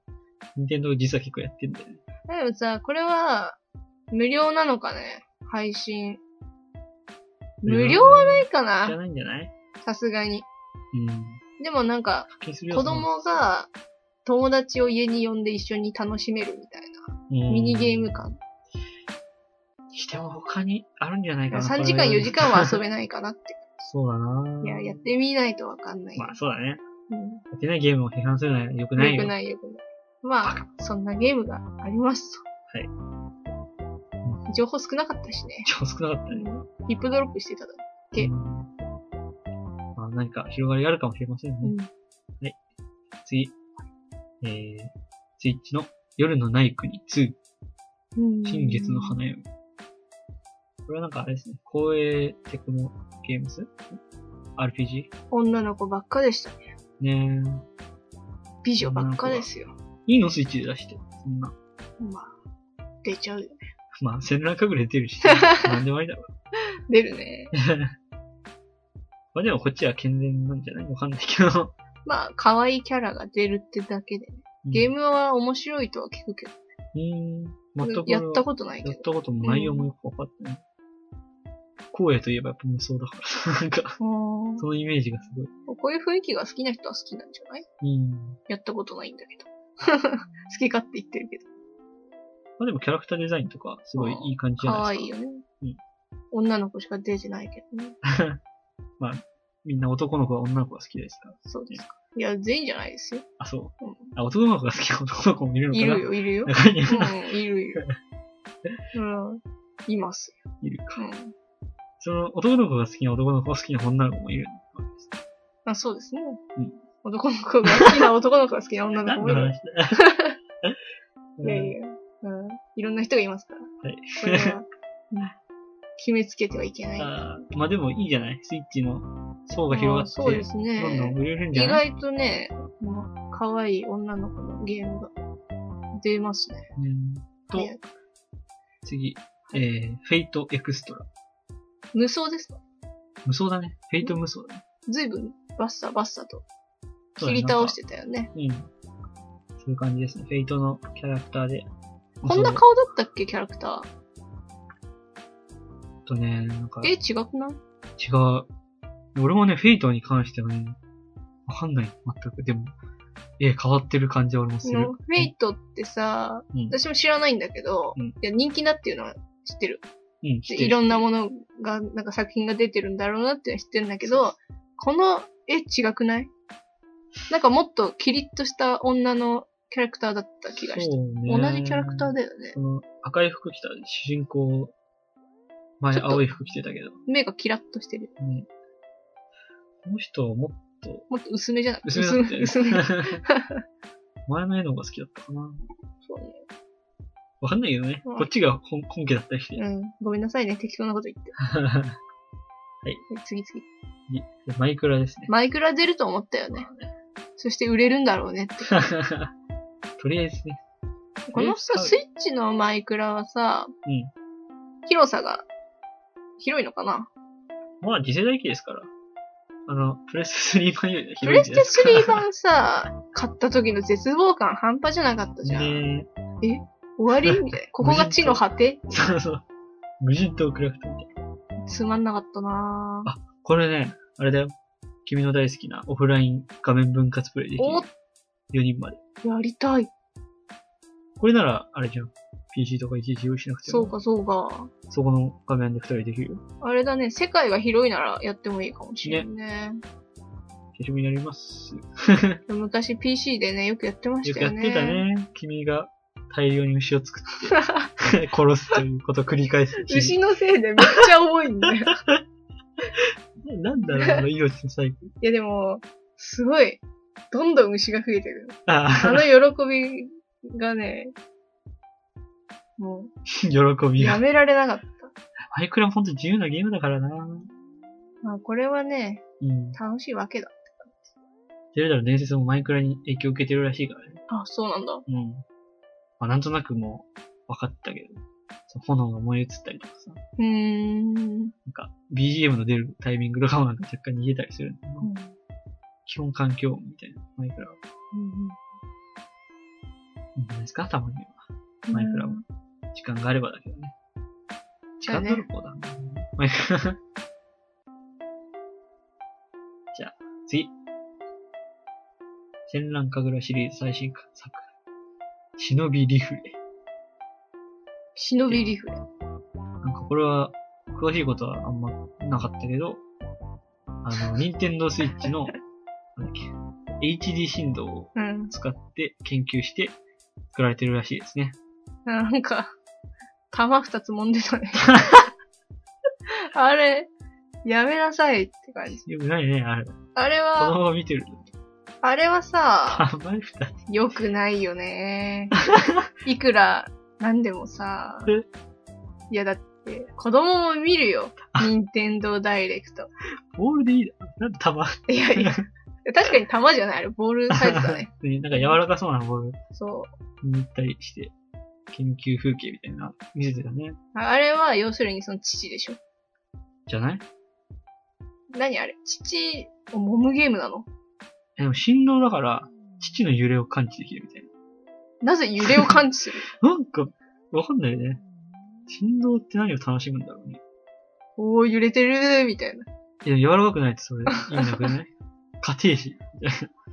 任天堂実は結構やってんだよね。
でもさ、これは、無料なのかね配信。無料はないか
じゃ
な
ないんじゃない
さすがに。
うん。
でもなんか、
課金するよ
子供が友達を家に呼んで一緒に楽しめるみたいな。ミ
ミ
ニゲーム感。
しても他にあるんじゃないかな。
3時間
これ
4時間は遊べないかなって。
そうだない
や、やってみないとわかんない。
まあそうだね。
うん
やってないゲームを批判するのは良くない
よ
よ。
くないよくない。まあ、そんなゲームがありますと。
はい
い。情報少なかったしね。
超少なかったね。
ヒップドロップしてただけ
うんまあ何か広がりがあるかもしれませんね。
うん。
次。えー、スイッチの夜のない国2、
うん
新月の。花嫁。これはなんかあれですね、公営テクノゲームズ ?RPG?
女の子ばっかでしたね。
ね
美女ばっかですよ。
え。いいのスイッチで出して。そんな。
まあ、出ちゃうよね。
まあ、戦乱隠れ出る し、なんでもありだろ。
出るね。
まあでもこっちは健全なんじゃないわかんないけど。
まあ、可愛いキャラが出るってだけでね。ゲー
ム
ムは面白いとは聞くけど。
うん。全く
やった
こ
ことない
や
け
っ
ど。
たことも内容もよくわかってない。光栄といえばやっぱ無双だから。 なんか、
うん
そのイメージがすごい。
こういう雰囲気が好きな人は好きなんじゃない
うん。
やったことないんだけど。 好き勝手言ってるけど。
まあでもキャラクターデザインとか、すごい
あー
いい感じじゃ
可
ない
愛
で
い
すか。
よね。
うん
女の子しか出てないけどね。
みんな男の子は女の子が好きですから。
そうですか。いや、全員じゃないですよ。
あ、そう
うん。
あ、男の子が好きな男の子もいるのか
い
な
る。よ、いるよ。
中には
うん、いるいる。うん、いますよ。
いる
う
か。
ん。
その男の子が好きな男の子が好きな女の子もいる。
あそうですね。
うん
男の子が好きな男の子が好きな女の
何
子
の
もいる。
話
い
だ
や
よ
いや。うん。いろんな人がいますから。
はい
これは、うん決めつけてはいけない。
あーまあでもいいじゃないスイッチの層が広がって、
あそうです
どんどん
ね。
売れるんじ
意
ゃない
外とね、うん可愛い女の子のゲームが出ますね。
うんと、
早く
次、えー、フェイトエクストラ。
無双ですか
無双だね。フェイト無双だね。
ずいぶんバッサバッサと
そうだ
切
ね
り倒してたよね。
うん。そういう感じですね。フェイトのキャラクターで。
こんな顔だったっけキャラクタ
えっとね、なんか、
ー。え、
違
違くない
うん。俺もね、フェイトに関してはね、わかんない。全く。でも、絵変わってる感じは俺もする
の。フェイトってさ、
うん。
私も知らないんだけど、
うん
いや人気だっていうのは知ってる。
うん。
でいろんなものが、なんか作品が出てるんだろうなっていうのは知ってるんだけど、この絵違くないなんかもっとキリッとした女のキャラクターだった気がして。
そうね
同じキャラクターだよね。
この赤い服着た主人公、前
ちょっと
青い服着てたけど、
目がキラッとしてる。
ね。この人はもっと
もっと薄めじゃない
薄めだったよね
薄め。そうね。
前の絵の方が好きだったかな。わかんないけどね。
うん
こっちが本本家だったりして。
うん。ごめんなさいね。適当なこと言って。
は
次次。
いで マイクラですね。
マイクラ出ると思ったよね。そして売れるんだろうねって。
とりあえずね。
このさ、
えー
スイッチのマイクラはさ、
うん
広さが広いのかな
まあ次世代機ですから。あの、プレス3版よりは
プ
広い
レ
んじ
ス
ゃない
テ
ですか。
3版さ、買った時の絶望感半端じゃなかったじゃん。
ね
終わり みたいな。ここが地の果て
えそうそう。無人島クラフトみたいな。
つまんなかったなぁ。
これね、あれだよ。君の大好きなオフライン画面分割プレイできる
おっ。
4人まで。
やりたい。
これなら、あれじゃん。PC とかいちいち用意しなくて
そ
も。
うか、そうか。
そこの画面で2人できるよ。
あれだね、世界が広いならやってもいいかもしれんね。
消しゴムやります。
昔 PC でね、よくやってまし
よ
た
くや
よ
っ
ね。
てたね。君が大量に牛を作って、殺すということを繰り返す。
牛のせいでめっちゃ重いん だよ。
なんだろう、あの命の最後。
いやでも、すごい、どんどん牛が増えてる。
あ
あ
あ、
の喜びがね、も
喜
う、
び
や
が。
められなかった。
マイクラも本当に自由なゲームだからな。
まあ、これはね、
うん。
楽しいわけだ。
ゼルダの伝説もマイクラに影響を受けてるらしいからね。
あ、そうなんだ。
うん。まあ、なんとなくもう、分かったけど。その炎が燃え移ったりとかさ。
うーん。
なんか、BGM の出るタイミングとかもなんか若干逃げたりするんだけど、
うん
基本環境音みたいな、マイクラは。いいんじゃないですかたまには。マイクラも。時間があればだけどね。時
そう
間
ね
泥棒だ、ね。マイクラ。じゃあ、次。戦乱神楽シリーズ最新作。忍びリフレ。
忍びリフレ。
なんかこれは、詳しいことはあんまなかったけど、あ の、任天堂スイッチの、なんだっけ、HD 振動を
うん。
使って研究して作られてるらしいですね。
なんか、玉二つ揉んでたね。 あれ、やめなさいって感じ。
よくないね、あれ。子
あれは、
供が見てる。
あれはさ、
あんまり二つ。
良くない よね。いくら、なんでもさ
え。
いや、だって、子供も見 るよ。
あ
任天堂ダイレクト。
ボールでいいだろ。なんで玉
いやいや、確かに玉じゃない。あれ、ボールサイズ だね。
でなんか柔らかそうなボール
そう。
に行ったりして、研究風景みたいなの見せてたね。
ああれは、要するにその父でしょ。
じゃない
何あれ父を揉むゲームなの
えでも振動だから、父の揺れを感知できるみたい
なぜ揺れを感知する
な。なんか、わかんないよね。振動って何を楽しむんだろうね。
おー、揺れてるみたいな。
いや、柔らかくないとそれ、意味なく ない家庭詞。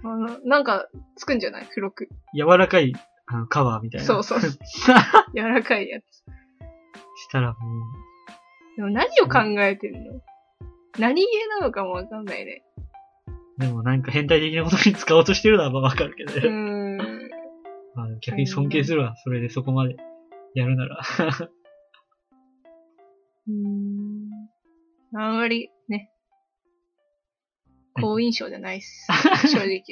あの、なんか、つくんじゃない黒く。
柔らかい、あの、カバーみたいな。
そうそう
し
柔らかいやつ。
たらもう、
でも何を考えてんの何ゲーなのかもわかんないね。
でもなんか変態的なことに使おうとしてるのはまあわかるけど
う
ね。
ーん。
まあ逆に尊敬するわ。それでそこまでやるなら。
うーん。あんまり、ね。好印象じゃないっす。正直。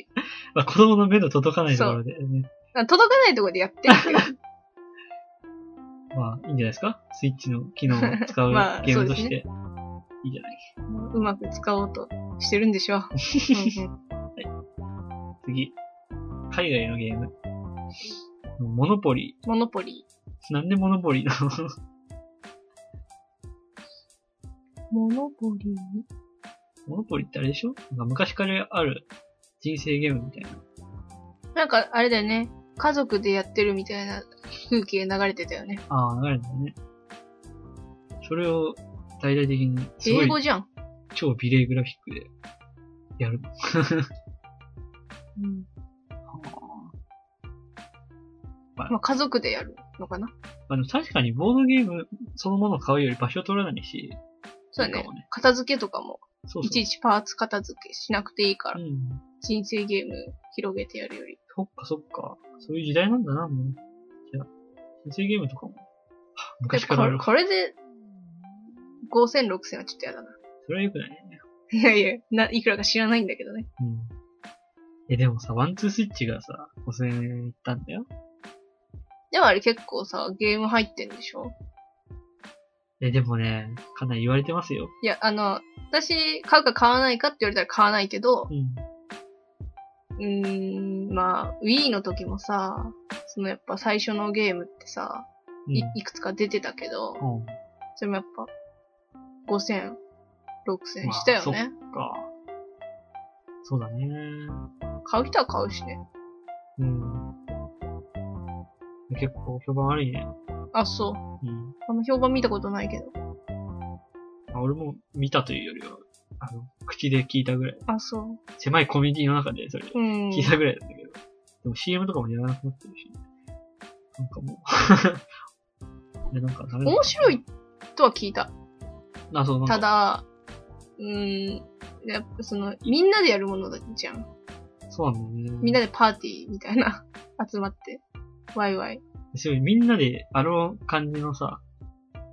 まあ子供の目の届かないところでね。
あ届かないところでやってるけど。
まあいいんじゃないですかスイッチの機能を使う
まあ
ゲームと
そ
し
う
て。いいじゃない。
うまく使おうとしてるんでしょう。うん
次。海外のゲーム。モノポリ
モノポリ
ー。なんでモノポリーなの
ー。モノポリー
モノポリーってあれでしょなんか昔からある人生ゲームみたいな。
なんか、あれだよね。家族でやってるみたいな風景流れてたよね。
ああ、流れてるね。それを大々的に、すご
英語
い
じゃん。
超美麗グラフィックでやる。
うん。
まあ
まあ、家族でやるのかな
あの確かにボードゲームそのものを買うより場所取らないし、
そ
い
うだ
い
ね
かもね。
片付けとかも、
そう
い
そ
ち
う。
いちパーツ片付けしなくていいから、
うん。
人生ゲーム広げてやるより。
そっかそっか。そういう時代なんだな、もう。じゃあ、人生ゲームとかも。は
で
昔からあ
こ
る
れ。これで、5000、6000はちょっとやだな。
それは良くないね。
いやいや、な、いくらか知らないんだけどね。
うん。え、でもさ、ワンツースイッチがさ、5000円いったんだよ。
でもあれ結構さ、ゲーム入ってんでしょ
え、でもね、かなり言われてますよ。
いや、あの、私、買うか買わないかって言われたら買わないけど、
うん。
うーん、まあ、Wii の時もさ、そのやっぱ最初のゲームってさ、い
うん
いくつか出てたけど、
うん。
それもやっぱ、5000、6000したよね。
そっか。そうだね。
買う人は買うしね。
うん。結構評判悪いね。
あ、そう。
うん。
あんま評判見たことないけど。
まあ俺も見たというよりは、あの、口で聞いたぐらい。
あ、そ
狭いコミュニティの中でそれ、
う。うん。
聞いたぐらいなんだけど。でも CM とかもやらなくなってるし。なんかもう。 いや、なんかダメだ
面白いとは聞いた。
あ、そう、なんか
ただ、うーん、やっぱその、みんなでやるものだじゃん。
そうなんだよね。
みんなでパーティーみたいな、 集まって、ワイワイ。
すごい、みんなで、あの感じのさ、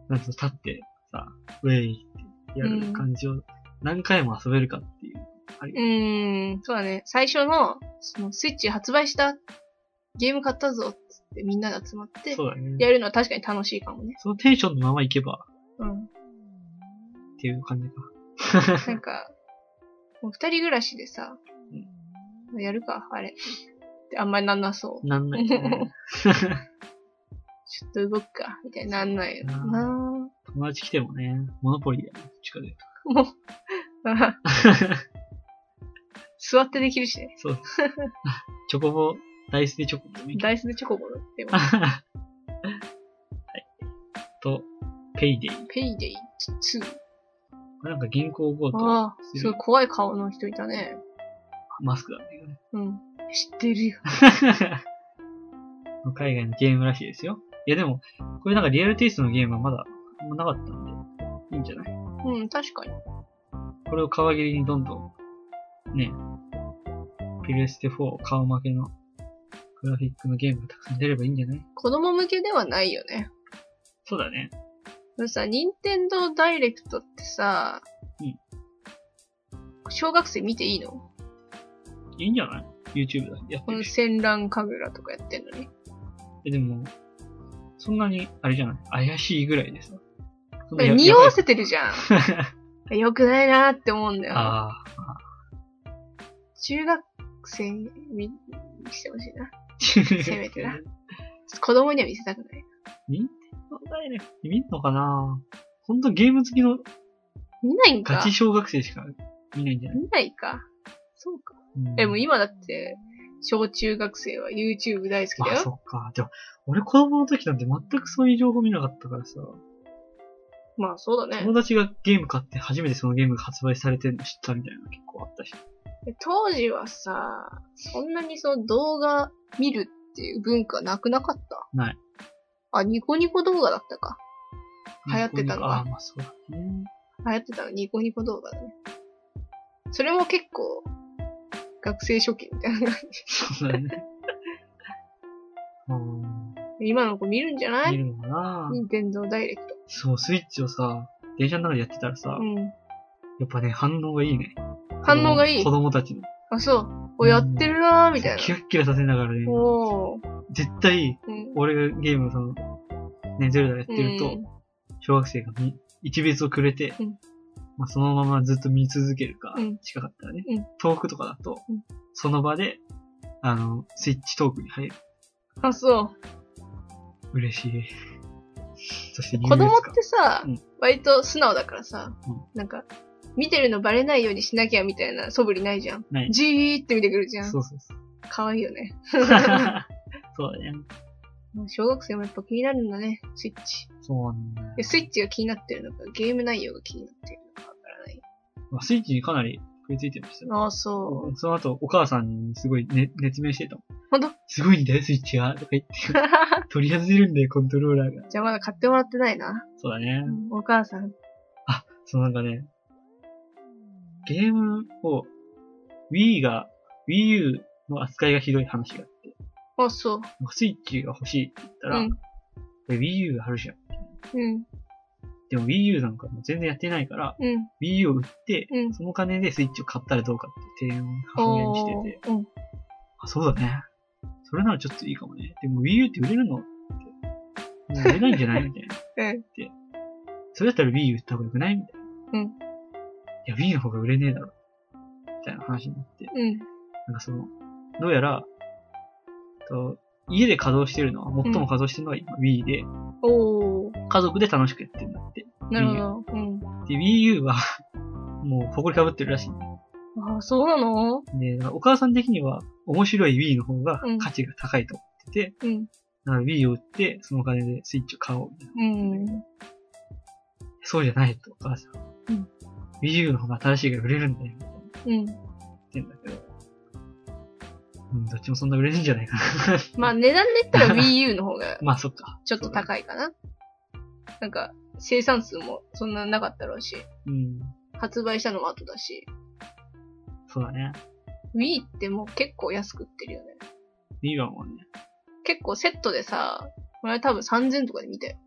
なんつうの、立って、さ、ウェイってやる感じを何回も遊べるかっていう。
うーん、そうだね。最初の、その、スイッチ発売したゲーム買ったぞっつってみんなで集まって、
そうだね。
やるのは確かに楽しいかもね。
そのテンションのままいけば、
うん。
っていう感じか。
なんか、もう二人暮らしでさ、やるか、あれ。ってあんまりなんなそう。
なん ないよね。
ちょっと動くか、みたいになんないよ
あー
な
友達来てもね、モノポリーだよね。近くで。
もう、あー座ってできるしね。
そう。 チョコボ、ダイスでチョコボでもいいけど
ダイスでチョコボロって、
はい。と、ペイデイ。
ペイデイ2。
なんか銀行強盗、
ああ、すごい怖い顔の人いたね。
マスクだったけどね。
うん。知ってるよ。
海外のゲームらしいですよ。いやでも、これなんかリアルテイストのゲームはまだあんまなかったんで、いいんじゃない
うん、確かに。
これを皮切りにどんどん、ね、ピルステ4顔負けのグラフィックのゲームがたくさん出ればいいんじゃない
子供向けではないよね。
そうだね。
でもさ、任天堂ダイレクトってさ、
うん
小学生見ていいの
いいんじゃない ?YouTube だ。やっ
こ
て
の
るし。
戦乱神楽とかやってんのに。
えでも、そんなに、あれじゃない怪しいぐらいでさ。そんなや
匂わせてる
や
じゃん。よくないなって思うん
ば
だ
い
よ。
ああ、
中学生に見見せてほしいな。
せ
めてな。子供には見せたくない。
任天堂ダイレクト見んのかなほんとゲーム好きの
見ないん
ガ
か
チ。小学生しか見ないんじゃない、
見ないか。そうか。
うん
え、もう今だって、小中学生は YouTube 大好きだ
あ、
よ。
そっか。でも、俺子供の時なんて全くそういう情報見なかったからさ、
まあそうだね
友。達がゲーム買って初めてそのゲームが発売されてるの知ったみたいなの結構あったし。
で当時はさ、そんなにその動画見るっていう文化なくなかった
ない。
あ、ニコニコ動画だったか。流行ってたのか
ああー、まあそうだね。
流行ってたのニコニコ動画だね。それも結構、学生初期みたいな 感
そうだ ね。 うん
じ。今の子見るんじゃな
見
い
るのかな
任天堂ダイレクト。
そう、スイッチをさ、電車の中でやってたらさ、
うん。
やっぱね、反応がいいね。
反応がいい
子。供たちの。
あ、そう。お、やってるなーみたい
キラ
な。
ッキラさせながらね、
おー。
絶対、
うん。
俺がゲームその、ね、ゼルダやってると、
うん
小学生がみ一別をくれて、
うん
まあ、そのままずっと見続けるか、
うん
近かったらね、
うん
遠くとかだと、
うん
その場で、あの、スイッチトークに入る。
あ、そう。
嬉しい。そして優
子供
越感
ってさ、
うん
割と素直だからさ、
うん
なんか、見てるのバレないようにしなきゃみたいな素振りないじゃん。
ない。
じーって見てくるじゃん
そ。うそう そう。
かわいいよね。
そうだね。
もう小学生もやっぱ気になるんだね、スイッチ。
そうなんだよ、
でスイッチが気になってるのか、ゲーム内容が気になってるのかわからない。
まあ。スイッチにかなり食いついてましたよ。
ああ、そ
その後、お母さんにすごい、ね、熱弁してたもん。
う。ほんと
すごいんだよ、スイッチが。とか言っ て、取り外せるんだよ、コントローラーが。
じゃあまだ買ってもらってないな。
そうだね。
お母さん。
そうなんかね、ゲームを、Wii が、Wii U の扱いがひどい話があって、
あ、そ
な
う。
んかスイッチが欲しいって言った
う
ら、
ん。
で Wii U があるじゃん。
うん。
でも Wii U なんかもう全然やってないから、
うん。
Wii U を売って、
うん。
その金でスイッチを買ったらどうかっていう提案を母親に
お
して
ー
て、
うん。
あ、そうだね。それならちょっといいかもね。でも Wii U って売れるのって。もう売れないんじゃないみたいな。
うん。
それだったら Wii U 売った方がよくないみたいな。
うん
いや、Wii の方が売れねえだろ。みたいな話になって。
うん。
なんかその、どうやら、と家で稼働してるのは、最も稼働してるのは今 Wii で、
おー。
家族で楽しくやってるんだって。
なるほど。うん。
で、Wii U は、 もう、誇りかぶってるらしいんだよ。
あ、そうなの
で、だからお母さん的には、面白い Wii の方が
うん
価値が高いと思ってて、
うん。
だから Wii を売って、そのお金でスイッチを買おうみたいな。
うん。
そうじゃないと、お母さん。
うん、
Wii U の方が新しいから売れるんだよ、みたいな
うん。
言ってんだけど。うん、どっちもそんな売れねえんじゃない かな。
まあ値段で言ったら Wii U の方が
まあ、そっか。
ちょっと高いかな。なんか、生産数もそんななかったろうし、
うん。
発売したのも後だし、
そうだね。
Wii ってもう結構安く売ってるよね。
Wii はもうね、
結構セットでさ、これ多分3000とかで見たよ。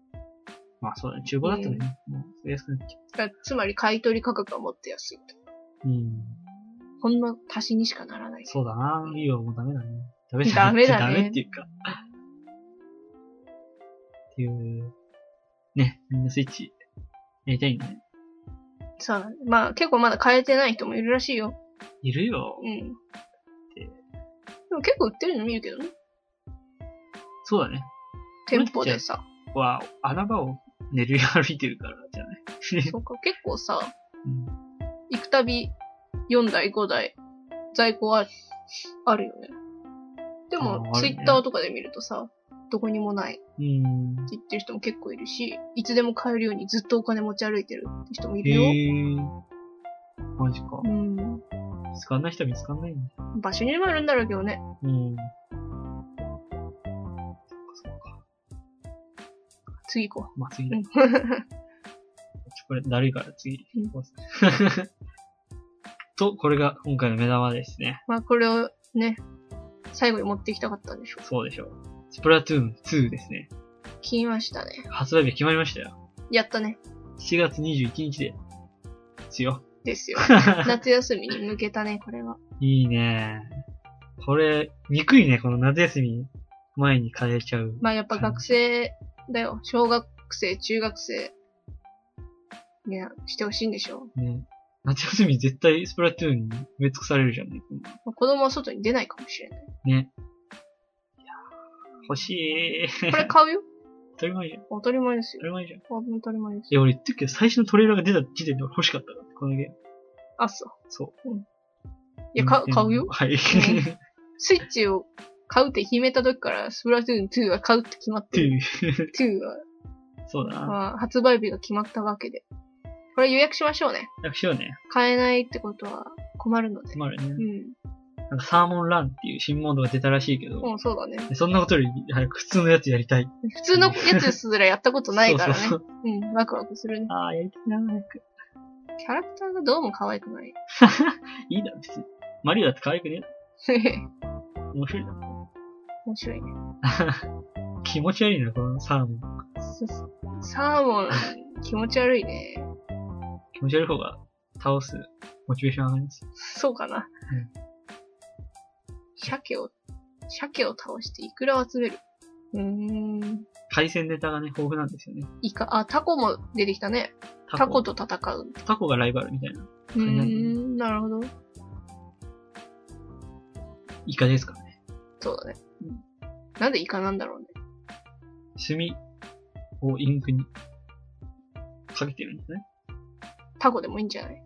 まあそうだね、中古だったらね、もう安くなっちゃ
だからつまり買い取り価格はもっと安いと。
う。うん。
ほんの足しにしかならない。
そうだな、Wii はもうダメだね。ダメじゃん。
ダメだね
ダメっていうか。っていう、ね、みんなスイッチやりたいね。
そうだね。まあ結構まだ変えてない人もいるらしいよ。
いるよ。
うん。
で
でも結構売ってるの見るけどね。
そうだね。
店舗でさ。
は、穴場を寝るよ歩いてるからじゃない。
そうか、結構さ、
うん
行くたび4台、5台、在庫ある、あるよね。でも、
あーあ
ツ
るね
イッターとかで見るとさ、どこにもないって
うん。
言ってる人も結構いるし、いつでも買えるようにずっとお金持ち歩いてるって人もい
へ
るよ。
え。マジか
う。ん。
見つかんない人は見つかんないんだ。
場所にもよるんだろうけどね。
うん。
次行こ
まあ、次。
う
ちょ、
ん。
これ、だるいから次
うん。
と、これが今回の目玉ですね。
まあ、これをね、最後に持ってきたかったんでしょう。
そうでしょう。スプラトゥーン2ですね。
聞きましたね。
発売日決まりましたよ。
やったね。
7月21日で。ですよ。
ですよ。夏休みに向けたね、これは。
いいねこれ、憎いね、この夏休み前に買えちゃう。
まあやっぱ学生だよ。小学生、中学生。いや、してほしいんでしょ。
ね。夏休み絶対スプラトゥーンに埋め尽くされるじゃんね。
まあ子供は外に出ないかもしれ ない。
ね。いやー欲しい。
これ買うよ。
当たり前じゃん。
当たり前です
当
よ
た。り前じゃん。い
当たり前ですよ。
や、俺言ってるけど、最初のトレーラーが出た時点で俺欲しかったから、このゲーム。
あ、そう。
そう。
うんいや買う買うよ
はい。
スイッチを買うって決めた時から、スプラトゥーン2は買うって決まって
て
る。
いう。
2
そうだな。
は、まあ、発売日が決まったわけで。これ予約しましょうね。
楽しようね。
買えないってことは困るので。
困る
う
ね。
ん。
なんかサーモンランっていう新モードが出たらしいけど、
うん、そうだね。
そんなことより早く普通のやつやりたい。
普通のやつすらやったことないからね。
そうそうそう
うん、ワクワクするね。
ああ、やりたいな、早く。
キャラクターがどうも可愛くない。
いいだろ、別に。マリオだって可愛くね。
面
面白いな。
白いね。
気持ち悪いな、このサーモン。
サーモン、気持ち悪いね。
気持ち悪い方が倒すモチベーション上がります。
そうかな
うん。
鮭を、鮭を倒してイクラを集める。うーん。
海鮮ネタがね、豊富なんですよね。
イカ、あ、タコも出てきたね。タコと戦う。
タコがライバルみたいな。
うーん、なるほど。
イカですからね。
そうだね
うん。
なんでイカなんだろうね。
墨をインクにかけてるんですね。
タコでもいいんじゃない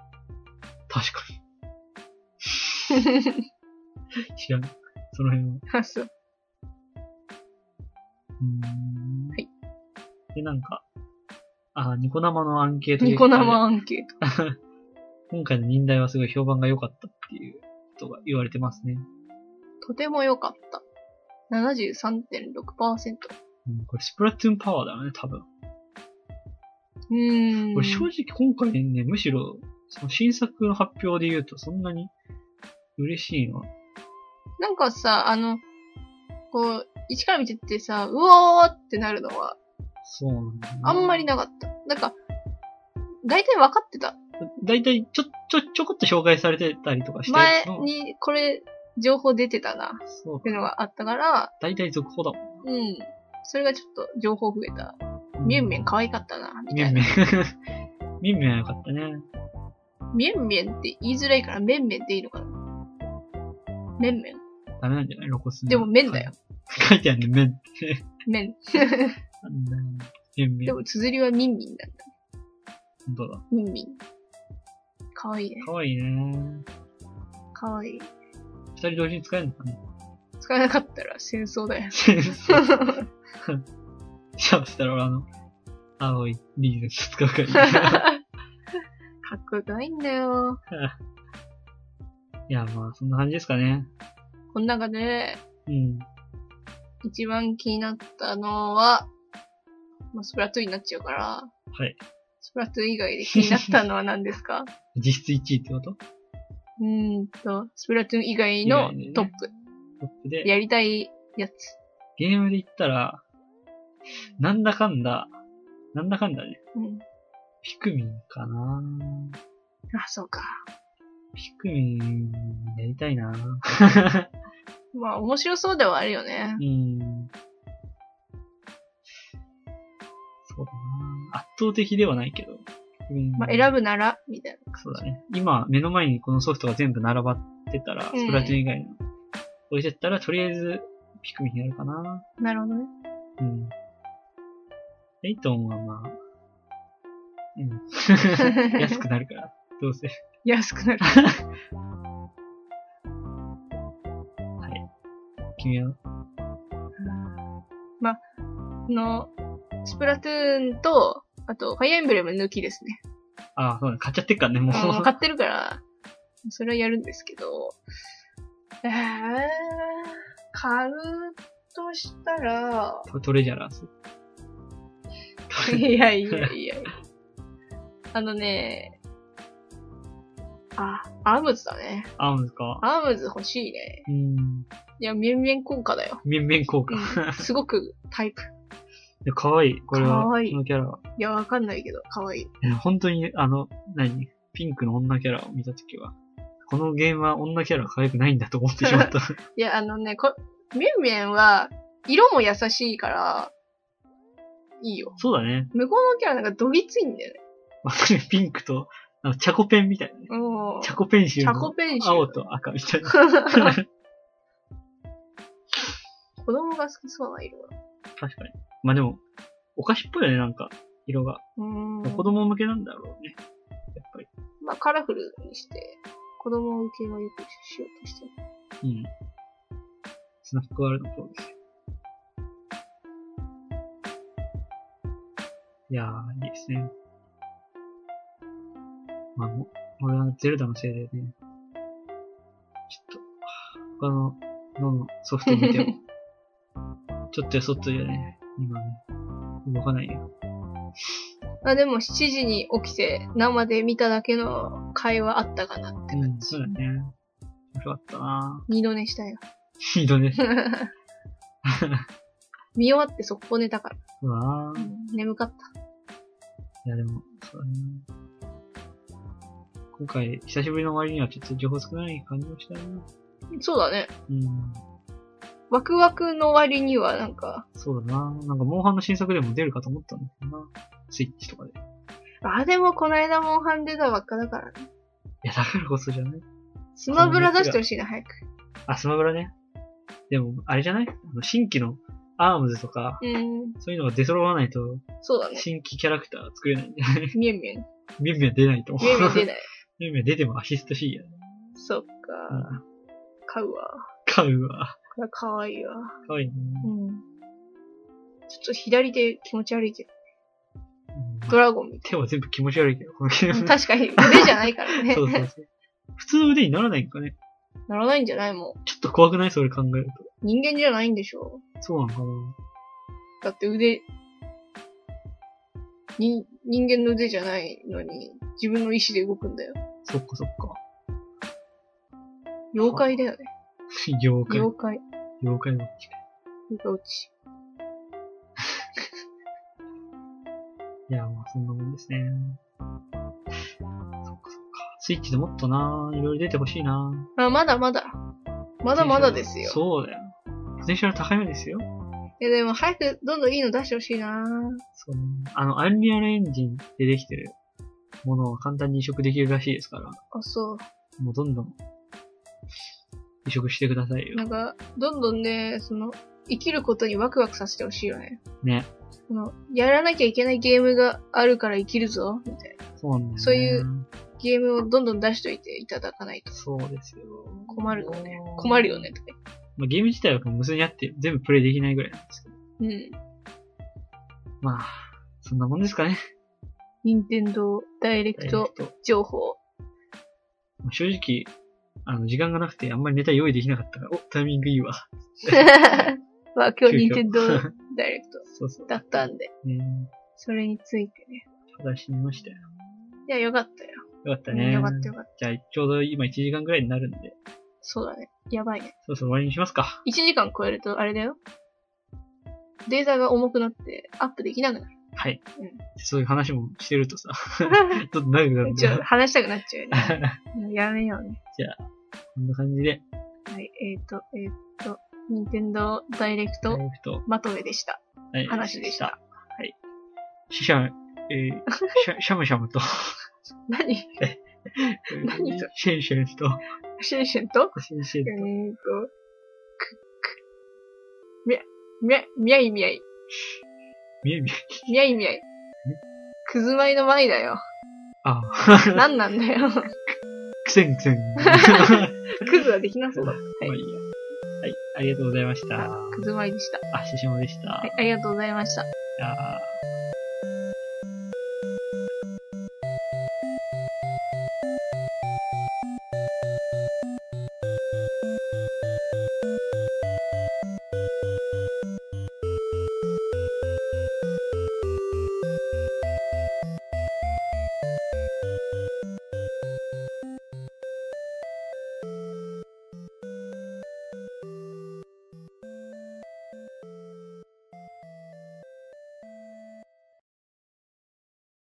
確かに。知らん。その辺は。
あそう
うーん。
はい。
で、なんか、あー、ニコ生のアンケートで
ニコ生アンケート。
今回の忍耐はすごい評判が良かったっていうことが言われてますね。
とても良かった。73.6%。
うん、これスプラトゥーンパワーだよね、多分。
うーん。
これ正直今回ね、むしろ、その新作の発表で言うとそんなに嬉しいのは。
なんかさ、あの、こう、一から見てってさ、うおーってなるのは、
そうなんだよね、
あんまりなかった。なんか、大体分かってた。
だいたいちょ、ちょ、ちょこっと紹介されてたりとかして。
前
うん
に、これ、情報出てたな、っ
そう
ていうのがあったから、
だいたい続報だも
うん。それがちょっと情報増えた。
ん。
みえんみえん
か。
可愛かったな、み
み
た
え
い
んみ
な。
えん。みえんみえんは良かったね。
みえんみえんって言いづらいから、めんめんでいいのかな。めんめん。
ダメなんじゃないロコス。
でも麺だよ。
書いてあるね、麺って。
めん。
なんだよみえんみえ
で
ん。
も、綴りはみんみんなんだ。
本当だ。
みんみん。可愛いね。
かわいいね。
可愛い
二人同時に使えるの かな
使えなかったら戦争だよ。
じゃあ、したら俺あの、青いリーゼント使う から。
かっこよくないんだよ。
いや、まあ、そんな感じですかね。
この中で、
うん。
一番気になったのは、まあ、スプラトゥーンになっちゃうから、
はい。
スプラトゥーン以外で気になったのは何で すか
実質1位ってこと
うーんと、スプラトゥーン以外の
以外でね
トップ。
トップで。
やりたいやつ。
ゲームで言ったら、なんだかんだ、なんだかんだね。
うん。
ピクミンかな
あ、そうか。
ピクミン、やりたいな
まあ、面白そうではあるよね
う。ん。そうだな圧倒的ではないけど。うん、
まあ、選ぶなら、みたいな。
そうだね。今、目の前にこのソフトが全部並ばってたら、ス
うん
プラトゥーン以外の。置いてったら、とりあえず、ピクミンやるかな。
なるほどね。
うん。エイトンはまあ、うん。 安くなるから、どうせ。
安くなる。
君は。
まあ、この、スプラトゥーンと、あと、ファイアーエンブレム抜きですね。
ああ、そうだね。買っちゃってっからね、 もう。
あの買ってるから、それはやるんですけど、えー、買うとしたら、
トトレジャラ ース。
いやいやいや。あのね、あ、アームズだね。
アームズか。
アームズ欲しいね。
うん。
いや、面々効果だよ。
面々効果。
うん、すごくタイプ。
で、かわいい。これは、
かわいい
このキャラは。
いや、わかんないけど、かわいい。
え本当に、あの、何ピンクの女キャラを見たときは、このゲームは女キャラは可愛くないんだと思ってしま った。
いや、あのね、こ、ミンミンは、色も優しいから、いいよ。
そうだね。
向こうのキャラなんかどぎついんだよね。
まあ、ピンクと、あの、チャコペンみたいなね。
うん。
チャコペンシ
チ
ルの
ャコペンシル。
青と赤みたいな。
子供が好きそうな色だ。
確かに。まあでも、お菓子っぽいよね、なんか、色が。
うーん。
子供向けなんだろうね。やっぱり。
まあ、カラフルにして、子供受けをよくしようとしてる。
うん。スナックワールドそうですよ。いやー、いいですね。まあ、も俺はゼルダのせいでね、ちょっと、他の脳のソフト見 ても、ちょっとよそっとじゃね、今ね、動かないよ。
まあ、でも7時に起きて生で見ただけの会話あったかなって感じ。
そうだね。面白かったな
二度寝した よ。
ひどね。
見終わって速攻寝たから。
うわー。
眠かった。
いや、でも、そうだね。今回、久しぶりの割にはちょっと情報少ない感じもしたな。
そうだね。
うん。
ワクワクの割にはなんか、
そうだな。なんか、モンハンの新作でも出るかと思ったんだけどな。スイッチとかで。い
あ、でもこないだモンハン出たばっかだからね。
や、だからこそじゃない
スマブラ出してほしいな、早く。
あ、スマブラね。でも、あれじゃないあの新規のアームズとか、
うん、
そういうのが出揃わないと、
そうだね。
新規キャラクター作れない んで。
みえみ え。
みゅんみゅん出ないと思う
み。えみえ出ない。
みゅんみゅん出てもアシスト C やね。
そっか。
うん
買うわ。
買うわ。
これかわいいわ。
かわいいね。
うん。ちょっと左手気持ち悪いけど。
うん
ドラゴンみ
手は全部気持ち悪いけど、このゲ
たい
ー
な。
ム。
確かに腕じゃないからね
そ。うそうそう。普通の腕にならないんかね。
ならないんじゃないも
ちょっと怖くないそれ考える
う。人間じゃないんでしょ
と。そうなのかな
だって腕、に、人間の腕じゃないのに、自分の意志で動くんだよ。
そっかそっか。
妖怪だよね。
妖怪。
妖怪。
妖怪も来
妖怪落ち。
いや、まあそんなもんですね。そっかそっか。スイッチでもっとな、いろいろ出てほしいな。
あ、まだまだ。まだまだですよ。
そうだよ。ポテンシャル高めですよ。
いやでも早くどんどんいいの出してほしいな
そうね。あの、アンリアルエンジンでできてるものは簡単に移植できるらしいですから、
あ、そ。
もうどんどん移植してくださいうよ
な。んか、どんどんね、その、生きることにワクワクさせてほしいよね。
ね。
その、やらなきゃいけないゲームがあるから生きるぞ、みたいな。
そうなんだよね、
そういうゲームをどんどん出しといていただかないと。
そうですよ。
困るよね。困るよね、とか言って。
まあ、ゲーム自体は無数にあって全部プレイできないぐらいなんですけど。
うん。
まあ、そんなもんですかね。
任天堂ダイレクト
えーっと
情報。
まあ正直、あの、時間がなくてあんまりネタ用意できなかったから、お、タイミングいいわ。
まあ今日
急遽
任天堂ダイレクト
そうそう。
だったんで、
ね
それについてね。
話しましたよ。
いや、よかったよ。
よかったね。
よかったよかった。
じゃあ、ちょうど今1時間ぐらいになるんで、
そうだね。やばいね。
そろそろ終わりにしますか。
1時間超えると、あれだよ。データが重くなって、アップできなくなる。
はい。
うん
そういう話もしてると さ、ちょっと 長くなるん
ちょっ
で
と、話したくなっちゃうよね。やめようね。
こんな感じで、
はい、えっ、と、えっ、と、任天堂ダイレク
ダイ
ト
レクト
まとめでした。
はい
話でした。
はい。シシャン、え ー、シャシャムシャムと、
何 何それ
シェンシェンと、
シェンシェンと
シェンシェ
えー
ンと、
と、く、く、みゃ、みゃ、みゃいみゃい。
みえみえ。
みゃいみゃい。くずまいの舞 だよ。
あ、
なんなんだよ。
くせんくせん。 ま
くずはできなそうだ。
あいいやはい、ありがとうございました。
くずまいでした。
あ、シシャモでした。
はい、ありがとうございました。
あー